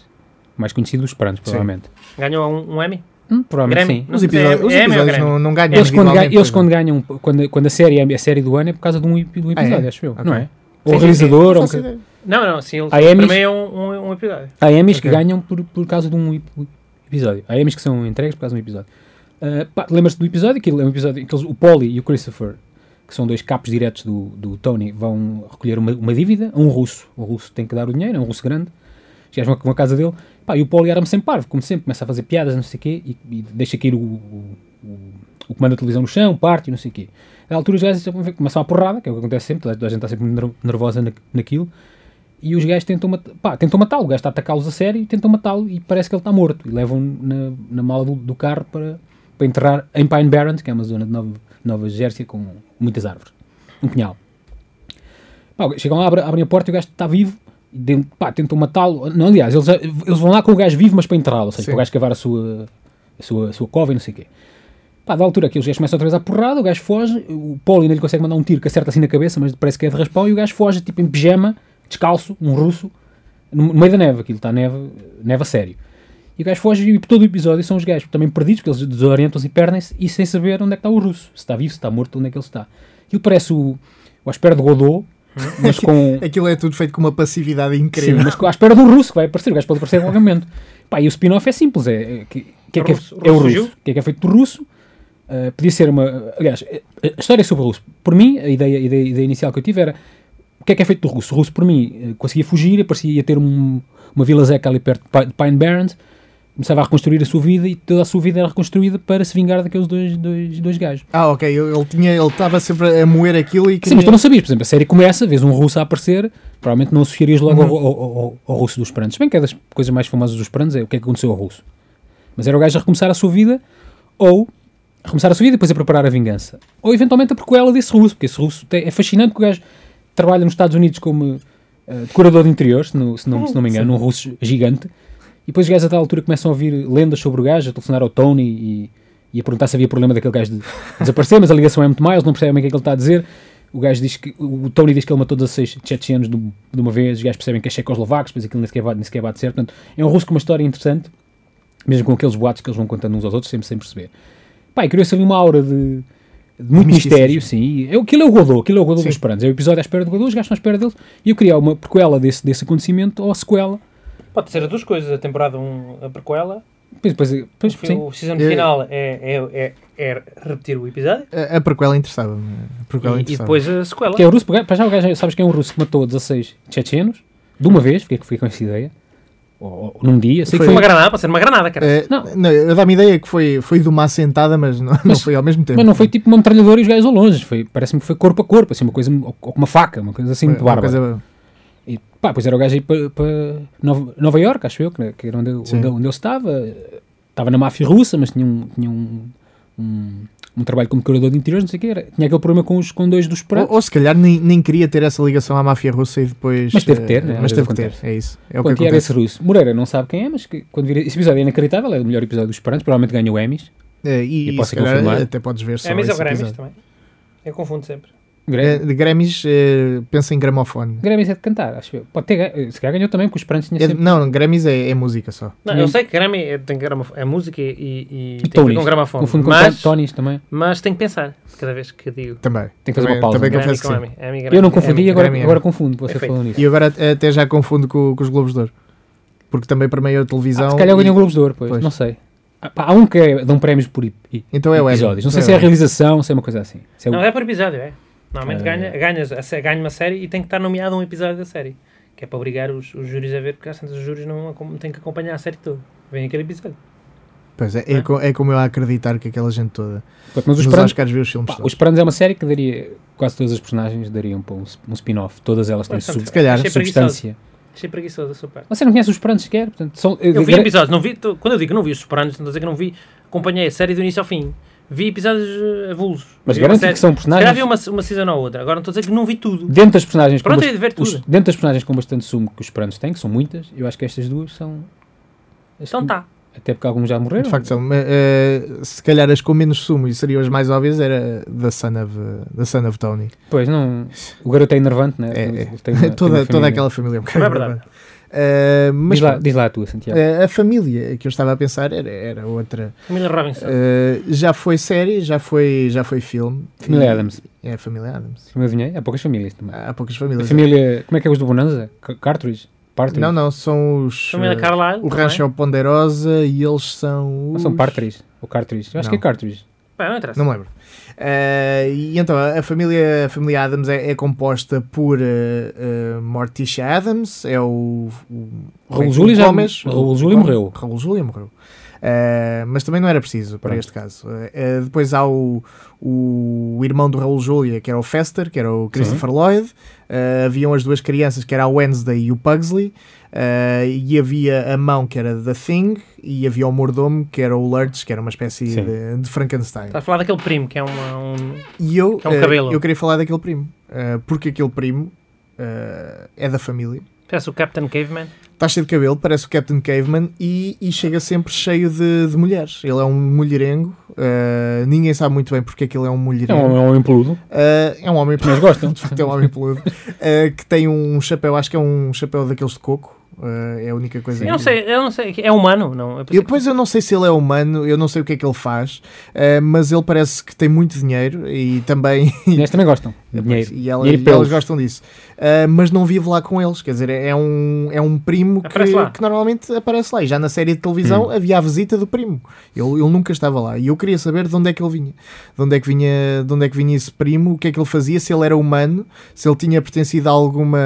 Speaker 5: mais conhecido dos Esperantes, provavelmente.
Speaker 4: Ganhou um, um Emmy?
Speaker 5: Hum, provavelmente
Speaker 4: Grammy?
Speaker 5: sim.
Speaker 4: Não
Speaker 3: Os
Speaker 4: sei se é-
Speaker 3: episódios, os
Speaker 4: é Emmy ou
Speaker 3: episódios
Speaker 4: Grammy?
Speaker 3: não, não ganham.
Speaker 5: Eles quando, ganham,
Speaker 3: individualmente, pois
Speaker 5: eles
Speaker 3: é.
Speaker 5: quando ganham, quando, quando a série é a série do ano é por causa de um, ep- de um episódio, acho eu,
Speaker 3: Ok.
Speaker 5: não é?
Speaker 4: Sim,
Speaker 5: Ou o
Speaker 4: sim,
Speaker 5: realizador,
Speaker 3: não.
Speaker 5: ou um
Speaker 3: Faço
Speaker 5: ca-
Speaker 3: ideia.
Speaker 4: Não, não, sim, ele
Speaker 5: Há Emmys?
Speaker 4: também é um, um, um episódio.
Speaker 5: há Emmys que
Speaker 3: Ok.
Speaker 5: ganham por, por causa de um ep- episódio. Há Emmys que são entregues por causa de um episódio. Ah, pá, Lembras-te do episódio? Que é um episódio em que eles- o Polly e o Christopher, que são dois capos diretos do, do Tony, vão recolher uma, uma dívida a um russo. O russo tem que dar o dinheiro, é um russo grande. Chegas com a casa dele, pá, e o Polly arma sem parvo, como sempre, começa a fazer piadas, não sei o quê, e, e deixa cair o, o, o- o comando da televisão no chão, parte e não sei o quê. Na altura os gajos começam a porrada, que é o que acontece sempre, toda toda a gente está sempre ner- nervosa na- naquilo, e os gajos tentam, mat- pá, tentam matá-lo, o gajo está a atacá-los a sério e tentam matá-lo e parece que ele está morto. E levam-no na, na mala do, do carro para, para enterrar em Pine Barrens, que é uma zona de Nova, Nova Jersey com muitas árvores. Um punhal. Pá, chegam lá, abrem, abrem a porta e o gajo está vivo. E dão- pá, tentam matá-lo. Não, aliás, eles, eles vão lá com o gajo vivo, mas para enterrá-lo. Ou seja,
Speaker 3: Sim.
Speaker 5: para o gajo cavar a sua, a sua, a sua cova e não sei o quê. Pá, da altura que os gajos começam outra vez a porrada, o gajo foge, o Paul ainda lhe consegue mandar um tiro que acerta assim na cabeça, mas parece que é de raspão, e o gajo foge, tipo, em pijama, descalço, um russo, no meio da neve, aquilo está neve, neve a sério. E o gajo foge e todo o episódio são os gajos também perdidos, porque eles desorientam-se e perdem-se, e sem saber onde é que está o russo, se está vivo, se está morto, onde é que ele está. Aquilo parece o, o Asper de Godot, mas com... um
Speaker 3: Aquilo é tudo feito com uma passividade
Speaker 5: Sim,
Speaker 3: incrível.
Speaker 5: mas com- à espera do russo que vai aparecer, o gajo pode aparecer a qualquer momento. Pá, e o spin-off é simples, é, é que, que é, que é,
Speaker 4: Russo,
Speaker 5: é o
Speaker 4: russo
Speaker 5: russo,
Speaker 4: surgiu?
Speaker 5: o que é que é feito do russo, ah, podia ser uma, aliás, a a história é sobre o russo, por mim, a ideia, a ideia, a ideia inicial que eu tive era, o que é que é feito do russo? O russo, por mim, eh, conseguia fugir, parecia ia ter um, uma vila zeca ali perto de Pi- de Pine Barrens, começava a reconstruir a sua vida e toda a sua vida era reconstruída para se vingar daqueles dois, dois, dois gajos.
Speaker 3: Ah, ok, ele ele tinha, ele estava sempre a moer aquilo e
Speaker 5: Sim, mas tu
Speaker 3: queria-
Speaker 5: não sabias, por exemplo, a série começa, vês um russo a aparecer, provavelmente não associarias logo ao, ao- ao- ao russo dos Pranos. Se Bem que é das coisas mais famosas dos Pranos é o que é que aconteceu ao russo. Mas era o gajo a recomeçar a sua vida, ou a recomeçar a sua vida e depois a preparar a vingança. Ou eventualmente a prequela desse russo, porque esse russo tem- é fascinante que o gajo trabalha nos Estados Unidos como eh, decorador de interiores, se não, se não, se não me engano, um russo gigante. E depois os gajos a tal altura começam a ouvir lendas sobre o gajo, a telefonar ao Tony e, e a perguntar se havia problema daquele gajo de desaparecer, mas a ligação é muito mais, não percebem o que é que ele está a dizer. O gajo diz que o Tony diz que ele matou 16 tchetchenos de, de uma vez, os gajos percebem que é checoslovacos, mas aquilo nem sequer, bate- nem sequer bate certo. Portanto, é um russo com uma história interessante, mesmo com aqueles boatos que eles vão contando uns aos outros, sempre sem perceber. Pá, e criou-se ali uma aura de, de muito
Speaker 3: misticismo.
Speaker 5: mistério, sim. É, o- aquilo é o Godot, aquilo é o Godot
Speaker 3: Sim.
Speaker 5: dos Pranos. É o episódio à espera do Godot, os gajos estão à espera deles. E eu queria uma prequela desse, desse acontecimento ou a sequela.
Speaker 4: Pode ser as duas coisas, a temporada 1, a prequela,
Speaker 5: Depois, depois, depois
Speaker 4: o, fi-
Speaker 5: sim.
Speaker 4: o season
Speaker 3: É.
Speaker 4: final é, é, é, é repetir o episódio
Speaker 3: A, a prequela interessava-me. A prequela
Speaker 4: e, e
Speaker 3: interessava.
Speaker 4: depois a sequela.
Speaker 5: é Que é o russo, porque, para já o gajo, sabes que é um russo que matou 16 tchetchenos, de uma vez, fiquei, fiquei com essa ideia, ou, ou num dia,
Speaker 3: Foi-
Speaker 5: sei que
Speaker 4: Foi
Speaker 5: foi,
Speaker 4: uma granada, pode ser uma granada, cara. É
Speaker 3: Eh,
Speaker 5: Não.
Speaker 3: não. eu dá-me ideia que foi, foi de uma assentada, mas não, não
Speaker 5: Mas-
Speaker 3: foi ao mesmo tempo.
Speaker 5: mas não foi tipo uma metralhadora e os gajos ao longe, foi, parece-me que foi corpo a corpo, assim, uma coisa, ou ou com uma faca, uma coisa assim
Speaker 3: Foi
Speaker 5: muito
Speaker 3: uma
Speaker 5: bárbara.
Speaker 3: coisa-
Speaker 5: E pá, pois era o gajo aí para Nova, Nova York, acho eu, que que era onde, eu-
Speaker 3: Sim.
Speaker 5: onde, eu- onde ele estava. Estava na máfia russa, mas tinha um, tinha um, um, um trabalho como curador de interiores, não sei o que era. Tinha aquele problema com, os, com dois dos
Speaker 3: Ou,
Speaker 5: pratos.
Speaker 3: ou se calhar nem, nem queria ter essa ligação à máfia russa e depois.
Speaker 5: Mas teve
Speaker 3: eh,
Speaker 5: que ter, né? Às
Speaker 3: Mas teve
Speaker 5: vezes
Speaker 3: que ter,
Speaker 5: acontece.
Speaker 3: é isso. É o que
Speaker 5: Quando era esse
Speaker 3: acontece.
Speaker 5: russo. Moreira não sabe quem é, mas que, quando vira, esse episódio é inacreditável, é o melhor episódio dos Pranos, provavelmente ganhou Emmys.
Speaker 3: Eh, e
Speaker 5: Eu
Speaker 3: e
Speaker 5: posso
Speaker 3: se calhar
Speaker 5: confirmar.
Speaker 3: até podes ver só.
Speaker 4: É, mas é o
Speaker 3: esse
Speaker 4: Grammys
Speaker 3: episódio.
Speaker 4: também. Eu confundo sempre.
Speaker 3: Eh,
Speaker 5: Grêmio
Speaker 3: De Grammys, eh, pensa em gramofone.
Speaker 5: Grammys é de cantar, acho eu. Pode ter, ga- se calhar ganhou também, porque os Pranos tinha
Speaker 3: Eh,
Speaker 5: sempre.
Speaker 3: Não, Grammys é, é música só.
Speaker 4: Não,
Speaker 5: Também-
Speaker 4: eu sei que Grammy é, tem gramofo- é música e, e,
Speaker 5: E
Speaker 4: tem a ver
Speaker 5: Tonys.
Speaker 4: com gramafone.
Speaker 5: Então Confundo com
Speaker 4: Mas,
Speaker 5: Tonys também.
Speaker 4: mas tenho que pensar cada vez que digo.
Speaker 3: Também.
Speaker 5: Tem que fazer uma
Speaker 3: Também-
Speaker 5: pausa.
Speaker 3: também
Speaker 5: né?
Speaker 4: Grammy
Speaker 3: confesso
Speaker 4: com
Speaker 3: que assim.
Speaker 4: Emmy. Emmy,
Speaker 5: Eu não
Speaker 4: Grammy,
Speaker 5: confundi
Speaker 4: Emmy,
Speaker 5: e agora,
Speaker 4: Grammy,
Speaker 5: agora
Speaker 4: Emmy.
Speaker 5: confundo você
Speaker 4: é Perfeito.
Speaker 5: falando nisso.
Speaker 3: E agora at- até já confundo com, com os Globos de Ouro. Porque também permeia a televisão.
Speaker 5: Ah, se calhar
Speaker 3: e-
Speaker 5: ganhou Globos de Ouro, pois,
Speaker 3: Pois.
Speaker 5: não sei. Ah, pá, há um que é, dão prémios por i- i-
Speaker 3: Então é o Emmy.
Speaker 5: episódios. Não sei
Speaker 3: Então
Speaker 5: se é a
Speaker 3: o Emmy.
Speaker 5: realização, se é uma coisa assim. Se é o-
Speaker 4: Não, é por episódio, é. Normalmente
Speaker 5: Ah.
Speaker 4: ganha, ganhas, a sé- ganha uma série e tem que estar nomeado um episódio da série. Que é para obrigar os, os júris a ver, porque às vezes os júris não acom- têm que acompanhar a série toda. Vem aquele episódio.
Speaker 3: Pois é, é,
Speaker 4: Não é?
Speaker 3: co- é como eu a acreditar que aquela gente toda.
Speaker 5: Pronto, Mas os
Speaker 3: Nos
Speaker 5: Pranos,
Speaker 3: Oscars vê os filmes
Speaker 5: pá,
Speaker 3: todos.
Speaker 5: os Pranos é uma série que daria. Quase todas as personagens dariam para um, s- um spin-off. Todas elas têm
Speaker 4: Portanto,
Speaker 5: sub-
Speaker 3: Se calhar.
Speaker 4: achei preguiçoso.
Speaker 5: substância.
Speaker 4: Achei preguiçoso da sua parte.
Speaker 5: Você não conhece os Pranos sequer? Portanto, são, eh,
Speaker 4: Eu vi
Speaker 5: gra-
Speaker 4: episódios, não vi, tô- quando eu digo que não vi os Sopranos, estou a dizer que não vi, acompanhei a série do início ao fim. Vi episódios eh, avulsos.
Speaker 5: Mas
Speaker 4: Vi uma
Speaker 5: garanto
Speaker 4: série-
Speaker 5: que são
Speaker 4: Se calhar vi
Speaker 5: personagens.
Speaker 4: uma, uma season ou outra. Agora não estou a dizer que não vi tudo.
Speaker 5: Dentro das personagens, com
Speaker 4: Pronto,
Speaker 5: bast-
Speaker 4: é de ver
Speaker 5: os-
Speaker 4: tudo.
Speaker 5: dentro das personagens com bastante sumo que os Pranos têm, que são muitas, eu acho que estas duas são. as
Speaker 4: Então
Speaker 5: que-
Speaker 4: tá.
Speaker 5: Até porque alguns já morreram.
Speaker 3: De facto, são, mas, eh, se calhar as com menos sumo e seriam as mais óbvias era da Son of, da Son of Tony.
Speaker 5: Pois não. O garoto é enervante, né?
Speaker 3: É, é.
Speaker 5: Tem- tem uma- tem uma
Speaker 3: (laughs) toda, toda
Speaker 5: família.
Speaker 3: aquela família é um
Speaker 4: Não é
Speaker 3: bocado
Speaker 4: verdade.
Speaker 3: barbada. Eh, mas
Speaker 5: Diz lá,
Speaker 3: pronto,
Speaker 5: diz lá a tua, Santiago.
Speaker 3: eh, a família que eu estava a pensar era, era outra.
Speaker 4: Família Robinson.
Speaker 3: Eh, já foi série, já foi, já foi filme.
Speaker 5: Família
Speaker 3: E-
Speaker 5: Adams.
Speaker 3: É a família Adams.
Speaker 5: Como eu adivinhei, há poucas famílias também.
Speaker 3: Há poucas
Speaker 5: A
Speaker 3: famílias.
Speaker 5: família. Como é que é os do Bonanza? Ca- Cartridge? Partridge?
Speaker 3: Não, não, são os.
Speaker 4: Família
Speaker 3: eh,
Speaker 4: Carlyle. tá
Speaker 3: o
Speaker 4: também.
Speaker 3: Rancho é o Ponderosa e eles são.
Speaker 5: Não
Speaker 3: Os...
Speaker 5: são Partridge? Ou Cartridge? Eu acho
Speaker 3: Não.
Speaker 5: que é Cartridge.
Speaker 4: Pá, não interessa.
Speaker 3: Não me lembro. Eh, e então, a família, a família Adams é, é composta por eh, eh, Morticia Adams, é o. o
Speaker 5: Raul
Speaker 3: o
Speaker 5: Júlia já-
Speaker 3: Gomes,
Speaker 5: Raul
Speaker 3: o-
Speaker 5: Júlia
Speaker 3: Gomes-
Speaker 5: morreu.
Speaker 3: Raul Júlia morreu. Eh, mas também não era preciso para
Speaker 5: Pronto.
Speaker 3: este caso. Eh, eh, depois há o, o irmão do Raul Júlia, que era o Fester, que era o Christopher Lloyd. Eh, haviam as duas crianças, que era a Wednesday e o Pugsley. Eh, e havia a mão, que era The Thing. E havia o mordomo, que era o Lurch, que era uma espécie
Speaker 5: Sim.
Speaker 3: de, de Frankenstein.
Speaker 4: Estás a falar daquele primo que é uma- um.
Speaker 3: E eu,
Speaker 4: Que é um
Speaker 3: eh,
Speaker 4: cabelo.
Speaker 3: eu queria falar daquele primo, eh, porque aquele primo eh, é da família
Speaker 4: Parece o Captain Caveman.
Speaker 3: Está cheio de cabelo, parece o Captain Caveman e, e chega sempre cheio de, de mulheres. Ele é um mulherengo, eh, ninguém sabe muito bem porque é que ele é um
Speaker 5: É
Speaker 3: mulherengo.
Speaker 5: um, é um homem (laughs) peludo.
Speaker 3: Eh, é um homem
Speaker 5: Mas gostam.
Speaker 3: de facto é um homem peludo, (laughs) eh, que tem um chapéu, acho que é um chapéu daqueles de coco, eh, é a única coisa
Speaker 4: Eu não
Speaker 3: que-
Speaker 4: sei, eu não sei. É humano, não? Eu
Speaker 3: E
Speaker 4: pensei que-
Speaker 3: depois eu não sei se ele é humano, eu não sei o que é que ele faz, eh, mas ele parece que tem muito dinheiro e também.
Speaker 5: Mulheres também gostam. de
Speaker 3: Pois,
Speaker 5: Dinheiro.
Speaker 3: É E, ela-
Speaker 5: Dinheiro
Speaker 3: e
Speaker 5: pelos.
Speaker 3: elas gostam disso. Ah, mas não vive lá com eles. Quer dizer, é um, é um primo que,
Speaker 4: Aparece lá.
Speaker 3: que normalmente aparece lá. E já na série de
Speaker 5: Hum.
Speaker 3: televisão havia a visita do primo. Ele, ele nunca estava lá. E eu queria saber de onde é que ele vinha. De onde é que vinha, de onde é que vinha esse primo, o que é que ele fazia, se ele era humano, se ele tinha pertencido a alguma.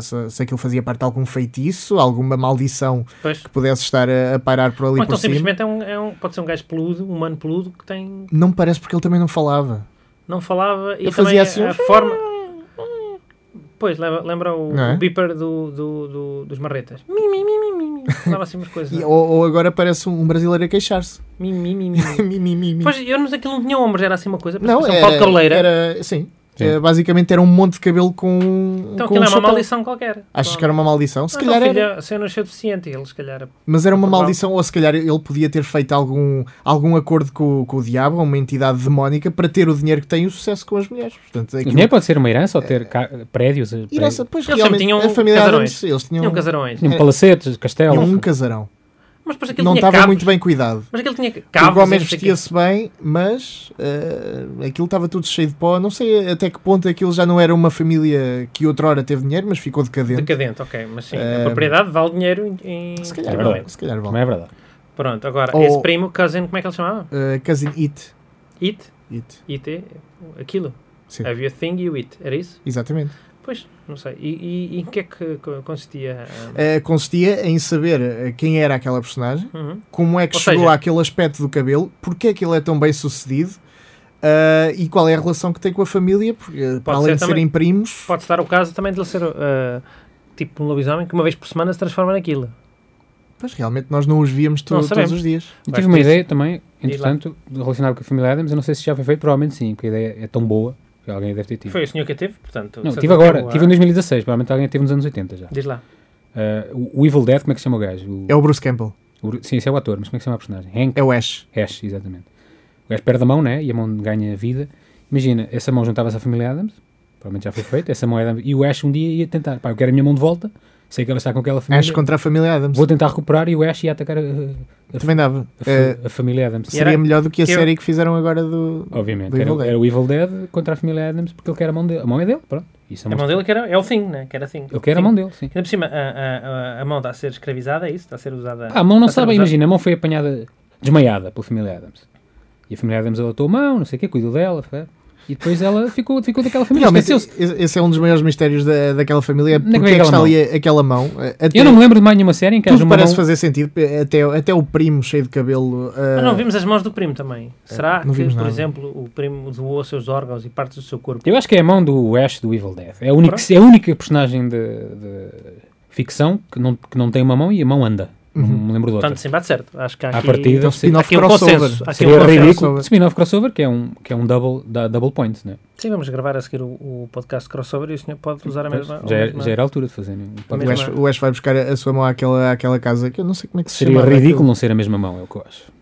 Speaker 3: se, se aquilo fazia parte de algum feitiço, alguma maldição
Speaker 4: Pois.
Speaker 3: que pudesse estar a, a pairar por ali
Speaker 4: Ou
Speaker 3: por
Speaker 4: então
Speaker 3: cima.
Speaker 4: simplesmente é um, é um- pode ser um gajo peludo, humano peludo, que tem,
Speaker 3: Não me parece porque ele também não falava.
Speaker 4: não falava e
Speaker 3: Ele
Speaker 4: também
Speaker 3: fazia
Speaker 4: a-
Speaker 3: assim
Speaker 4: a
Speaker 3: uns-
Speaker 4: forma. Pois, lembra, lembra o,
Speaker 3: Não é?
Speaker 4: o beeper do, do- do- dos marretas. Mi, mi, mi, mi, mi, mi. Falava assim umas coisas.
Speaker 3: E-
Speaker 4: não é?
Speaker 3: ou, ou agora parece um, um brasileiro a queixar-se. (laughs)
Speaker 4: Mi, mi, mi, mi, mi.
Speaker 3: Mi, mi, mi, mi.
Speaker 4: Pois, eu não sei, aquilo não tinha ombros, era assim uma coisa.
Speaker 3: Não,
Speaker 4: Não, um
Speaker 3: era,
Speaker 4: pau de cabeleira.
Speaker 3: era- sim.
Speaker 5: Sim.
Speaker 3: Eh, basicamente era um monte de cabelo com,
Speaker 4: Então
Speaker 3: com um
Speaker 4: aquilo é uma
Speaker 3: chapéu.
Speaker 4: maldição qualquer.
Speaker 3: Achas que era uma maldição? Se
Speaker 4: Se
Speaker 3: calhar era.
Speaker 4: Filho, se eu não é sou deficiente, ele se calhar.
Speaker 3: Mas era uma
Speaker 4: Portugal.
Speaker 3: maldição, ou se calhar ele podia ter feito algum, algum acordo com, com o diabo, uma entidade demónica, para ter o dinheiro que tem e o sucesso com as mulheres. Portanto,
Speaker 5: O
Speaker 3: aquilo...
Speaker 5: dinheiro pode ser uma herança ou
Speaker 3: É.
Speaker 5: ter ca- prédios. eh,
Speaker 3: E
Speaker 5: prédios.
Speaker 3: nessa, pois,
Speaker 4: Eles
Speaker 3: realmente,
Speaker 4: sempre tinham
Speaker 3: a família
Speaker 4: casarões.
Speaker 3: Adams, eles tinham,
Speaker 4: Tinham casarões.
Speaker 3: é.
Speaker 5: Tinham palacetes, castelos.
Speaker 3: tinham um casarão.
Speaker 4: Mas depois aquilo
Speaker 3: Não
Speaker 4: tinha
Speaker 3: estava
Speaker 4: cabos.
Speaker 3: muito bem cuidado.
Speaker 4: Mas aquilo tinha cabos.
Speaker 3: o Gomes
Speaker 4: e não sei o quê.
Speaker 3: vestia-se bem, mas eh, aquilo estava tudo cheio de pó. Não sei até que ponto aquilo já não era uma família que outrora teve dinheiro, mas ficou decadente.
Speaker 4: Decadente, ok, mas sim, a
Speaker 3: Eh,
Speaker 4: propriedade vale dinheiro em- em.
Speaker 3: Se calhar,
Speaker 5: É
Speaker 3: vale,
Speaker 5: verdade.
Speaker 3: se calhar vale.
Speaker 5: Também é verdade.
Speaker 4: Pronto, agora,
Speaker 3: Ou-
Speaker 4: esse primo, cousin, como é que ele chamava?
Speaker 3: Uh, cousin It.
Speaker 4: It?
Speaker 3: It.
Speaker 4: It é aquilo.
Speaker 3: Sim.
Speaker 4: Have your thing, you eat. Era isso?
Speaker 3: Exatamente.
Speaker 4: Pois, não sei. E, e, e em que é que co- consistia?
Speaker 5: É.
Speaker 4: ah,
Speaker 3: Uh, consistia em saber uh, quem era aquela personagem,
Speaker 4: uhum.
Speaker 3: como é que
Speaker 4: Ou
Speaker 3: chegou
Speaker 4: seja-
Speaker 3: àquele aspecto do cabelo, porque é que ele é tão bem sucedido uh, e qual é a relação que tem com a família, porque, uh, para além
Speaker 4: Pode ser
Speaker 3: de
Speaker 4: também.
Speaker 3: serem primos.
Speaker 4: Pode estar o caso também de ele ser ah, tipo um lobisomem que uma vez por semana se transforma naquilo.
Speaker 3: Mas realmente nós não os víamos to-
Speaker 4: Não
Speaker 3: todos
Speaker 4: sabemos.
Speaker 3: os dias.
Speaker 5: Eu
Speaker 4: Vai
Speaker 5: tive uma
Speaker 4: ter-
Speaker 5: ideia também,
Speaker 4: lá.
Speaker 5: entretanto, relacionada com a família Adams. Eu não sei se já foi feito, provavelmente sim, porque a ideia é tão boa que alguém deve ter tido.
Speaker 4: Foi o senhor que a teve, portanto.
Speaker 5: Não,
Speaker 4: se
Speaker 5: tive agora,
Speaker 4: atrapalhou a-
Speaker 5: tive em 2016, provavelmente alguém teve nos anos 80 já.
Speaker 4: Diz lá.
Speaker 5: Ah, o- o Evil Dead, como é que se chama o gajo? O-
Speaker 3: É o Bruce Campbell,
Speaker 5: o- sim, esse é o ator, mas como é que se chama a personagem? Hank
Speaker 3: é o Ash.
Speaker 5: Ash, exatamente. O gajo perde a mão, né? E a mão ganha vida. Imagina, essa mão juntava-se à família Adams, provavelmente já foi feito, essa mão era, e o Ash um dia ia tentar, pá, eu quero a minha mão de volta, sei que ela está com aquela família,
Speaker 3: Ash contra a família Adams.
Speaker 5: vou tentar recuperar e o Ash ia atacar a, a-
Speaker 3: Também dava.
Speaker 5: a fa-
Speaker 3: Uh,
Speaker 5: a família Adams.
Speaker 4: E era-
Speaker 3: seria melhor do que a
Speaker 4: que eu-
Speaker 3: série que fizeram agora do.
Speaker 5: Obviamente,
Speaker 3: Do
Speaker 5: era,
Speaker 3: Evil Dead.
Speaker 5: era o Evil Dead contra a família Adams porque ele quer a mão dele. A mão é dele, pronto. Isso é
Speaker 4: A
Speaker 5: uma-
Speaker 4: mão dele que era, é o thing, né? Que era thing.
Speaker 5: Ele quer a
Speaker 4: Thing.
Speaker 5: mão dele, sim.
Speaker 4: Ainda por cima, a, a- a, a mão está a ser escravizada, é isso? Está a ser usada.
Speaker 5: Ah, a mão não
Speaker 4: está a ser
Speaker 5: sabe,
Speaker 4: usada-
Speaker 5: imagina, a mão foi apanhada desmaiada pela família Adams. E a família Adams adotou a mão, não sei o quê, cuidou dela, foi. e depois ela ficou, ficou daquela família,
Speaker 3: Realmente,
Speaker 5: esqueceu-se.
Speaker 3: esse esse é um dos maiores mistérios da, daquela família. é
Speaker 5: Onde é
Speaker 3: Porque
Speaker 5: que
Speaker 3: é
Speaker 5: vem
Speaker 3: que está
Speaker 5: aquela
Speaker 3: ali a- aquela mão? Uh, Até,
Speaker 5: Eu não me lembro de mais nenhuma série em que haja
Speaker 3: tudo
Speaker 5: uma
Speaker 3: parece
Speaker 5: mão...
Speaker 3: fazer sentido. é Até, até o primo cheio de cabelo. uh,
Speaker 4: Mas Ah, não vimos as mãos do primo também.
Speaker 5: É,
Speaker 4: Será
Speaker 3: não
Speaker 4: que,
Speaker 3: vimos
Speaker 4: por
Speaker 3: nada.
Speaker 4: exemplo, o primo doou os seus órgãos e partes do seu corpo?
Speaker 5: Eu acho que é a mão do Ash do Evil Dead. É a única, é a única personagem de, de ficção que não, que não tem uma mão e a mão anda. Não me lembro de outra.
Speaker 4: Portanto, sim, bate certo. Acho que há
Speaker 5: à
Speaker 4: aqui,
Speaker 5: partida, é se-
Speaker 3: Uhum. É spin-off
Speaker 4: aqui um
Speaker 3: crossover.
Speaker 4: consenso. Há aqui um
Speaker 5: seria
Speaker 4: consenso.
Speaker 5: ridículo.
Speaker 3: crossover.
Speaker 5: Spin-off crossover, que é um, que é um double, da, double point, né?
Speaker 4: Sim, vamos gravar a seguir o, o podcast crossover e o senhor pode usar a
Speaker 5: Pois,
Speaker 4: mesma.
Speaker 5: já,
Speaker 4: a
Speaker 5: era-
Speaker 4: mesma-
Speaker 5: já era a altura de fazer um
Speaker 3: ah, O
Speaker 5: podcast.
Speaker 3: Ash, o Ash vai buscar a sua mão àquela, àquela casa que eu não sei como é que se
Speaker 5: Seria
Speaker 3: chama.
Speaker 5: ridículo não ser a mesma mão, é o que eu acho.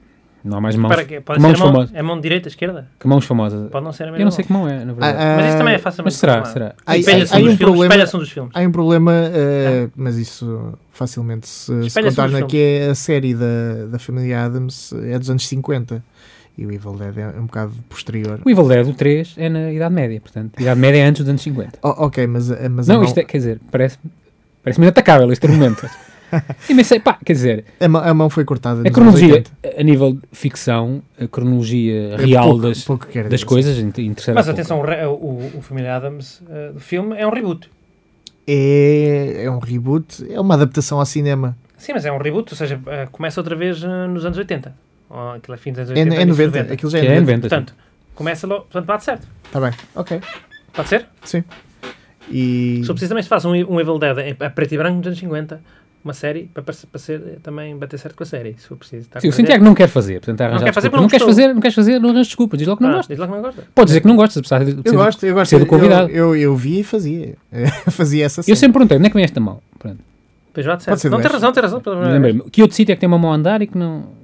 Speaker 5: Não há mais mãos,
Speaker 4: Para quê? Pode ser
Speaker 5: mãos
Speaker 4: a mão,
Speaker 5: famosas.
Speaker 4: a mão direita, esquerda?
Speaker 5: Que mãos famosas.
Speaker 4: Pode não ser a mesma.
Speaker 5: Eu não
Speaker 4: mão.
Speaker 5: sei que mão é, na verdade.
Speaker 3: Ah, ah,
Speaker 4: Mas isso também é facilmente.
Speaker 5: Mas será,
Speaker 4: controlado.
Speaker 5: será?
Speaker 3: Ai,
Speaker 4: Espelha-se
Speaker 3: ai,
Speaker 4: um
Speaker 3: ai,
Speaker 4: dos
Speaker 3: um
Speaker 4: filmes,
Speaker 3: problema-
Speaker 4: espelha-se um dos filmes.
Speaker 3: Há um problema, eh, mas isso facilmente se, se
Speaker 4: Espelha-se É. nos
Speaker 3: contorna,
Speaker 4: filmes.
Speaker 3: que é a série da, da família Adams, é dos anos 50. E o Evil Dead é um bocado posterior.
Speaker 5: O Evil Dead, o 3, é na Idade Média, portanto. Idade Média é antes dos anos 50.
Speaker 3: O- ok, mas, a- mas a,
Speaker 5: Não,
Speaker 3: mão,
Speaker 5: isto é, quer dizer, parece-me parece inatacável
Speaker 3: (laughs)
Speaker 5: este argumento. Sim, mas sei, pá, quer dizer,
Speaker 3: a, mão- a mão foi cortada.
Speaker 5: a
Speaker 3: nos anos
Speaker 5: é- cronologia,
Speaker 3: 80.
Speaker 5: a nível de ficção, a cronologia
Speaker 3: É
Speaker 5: real
Speaker 3: pouco-
Speaker 5: das,
Speaker 3: pouco quer
Speaker 5: das
Speaker 3: dizer.
Speaker 5: coisas in- interessa
Speaker 4: Mas
Speaker 5: pouco.
Speaker 4: atenção, o, re- o, o Família Adams eh, do filme é um reboot.
Speaker 3: É, é um reboot, é uma adaptação ao cinema.
Speaker 4: Sim, mas é um reboot, ou seja, eh, começa outra vez eh, nos anos 80. Ou aquilo é fim dos anos
Speaker 3: É,
Speaker 4: 80.
Speaker 3: é
Speaker 4: início
Speaker 3: 90, aquilo já
Speaker 5: Que
Speaker 3: é,
Speaker 5: é
Speaker 3: 90.
Speaker 5: 90.
Speaker 4: Portanto, começa logo. Portanto, bate certo.
Speaker 3: Está bem, ok.
Speaker 4: Pode ser?
Speaker 3: Sim. E
Speaker 4: Se eu preciso também se faz um, um Evil Dead em- a preto e branco nos anos 50, uma série para, para, para ser, eh, também bater certo com a série, se for preciso. Está a
Speaker 5: Sim, o
Speaker 4: compreender?
Speaker 5: Santiago não quer fazer, portanto, arranja
Speaker 4: quer fazer porque
Speaker 5: desculpa.
Speaker 4: é não
Speaker 5: não queres
Speaker 4: gostou.
Speaker 5: fazer, não queres fazer, não arranjas desculpas, diz logo que não
Speaker 4: Ah,
Speaker 5: gosta.
Speaker 4: diz lá que não gosta.
Speaker 5: Pode dizer que não gostas, apesar de,
Speaker 3: É.
Speaker 5: de
Speaker 3: Eu
Speaker 5: ser,
Speaker 3: gosto, eu
Speaker 5: de
Speaker 3: gosto.
Speaker 5: ser do convidado. Eu,
Speaker 3: Eu, eu, eu vi e fazia. (laughs) fazia essa cena.
Speaker 5: sempre perguntei, onde é que vem esta mão? Pronto.
Speaker 4: Pois vá, de
Speaker 3: Pode
Speaker 4: certo.
Speaker 3: ser
Speaker 4: Não,
Speaker 3: do
Speaker 4: tem
Speaker 3: Oeste.
Speaker 4: razão, tem razão. pela primeira vez.
Speaker 5: Lembrei-me, que outro sítio é que tem uma mão a andar e que não...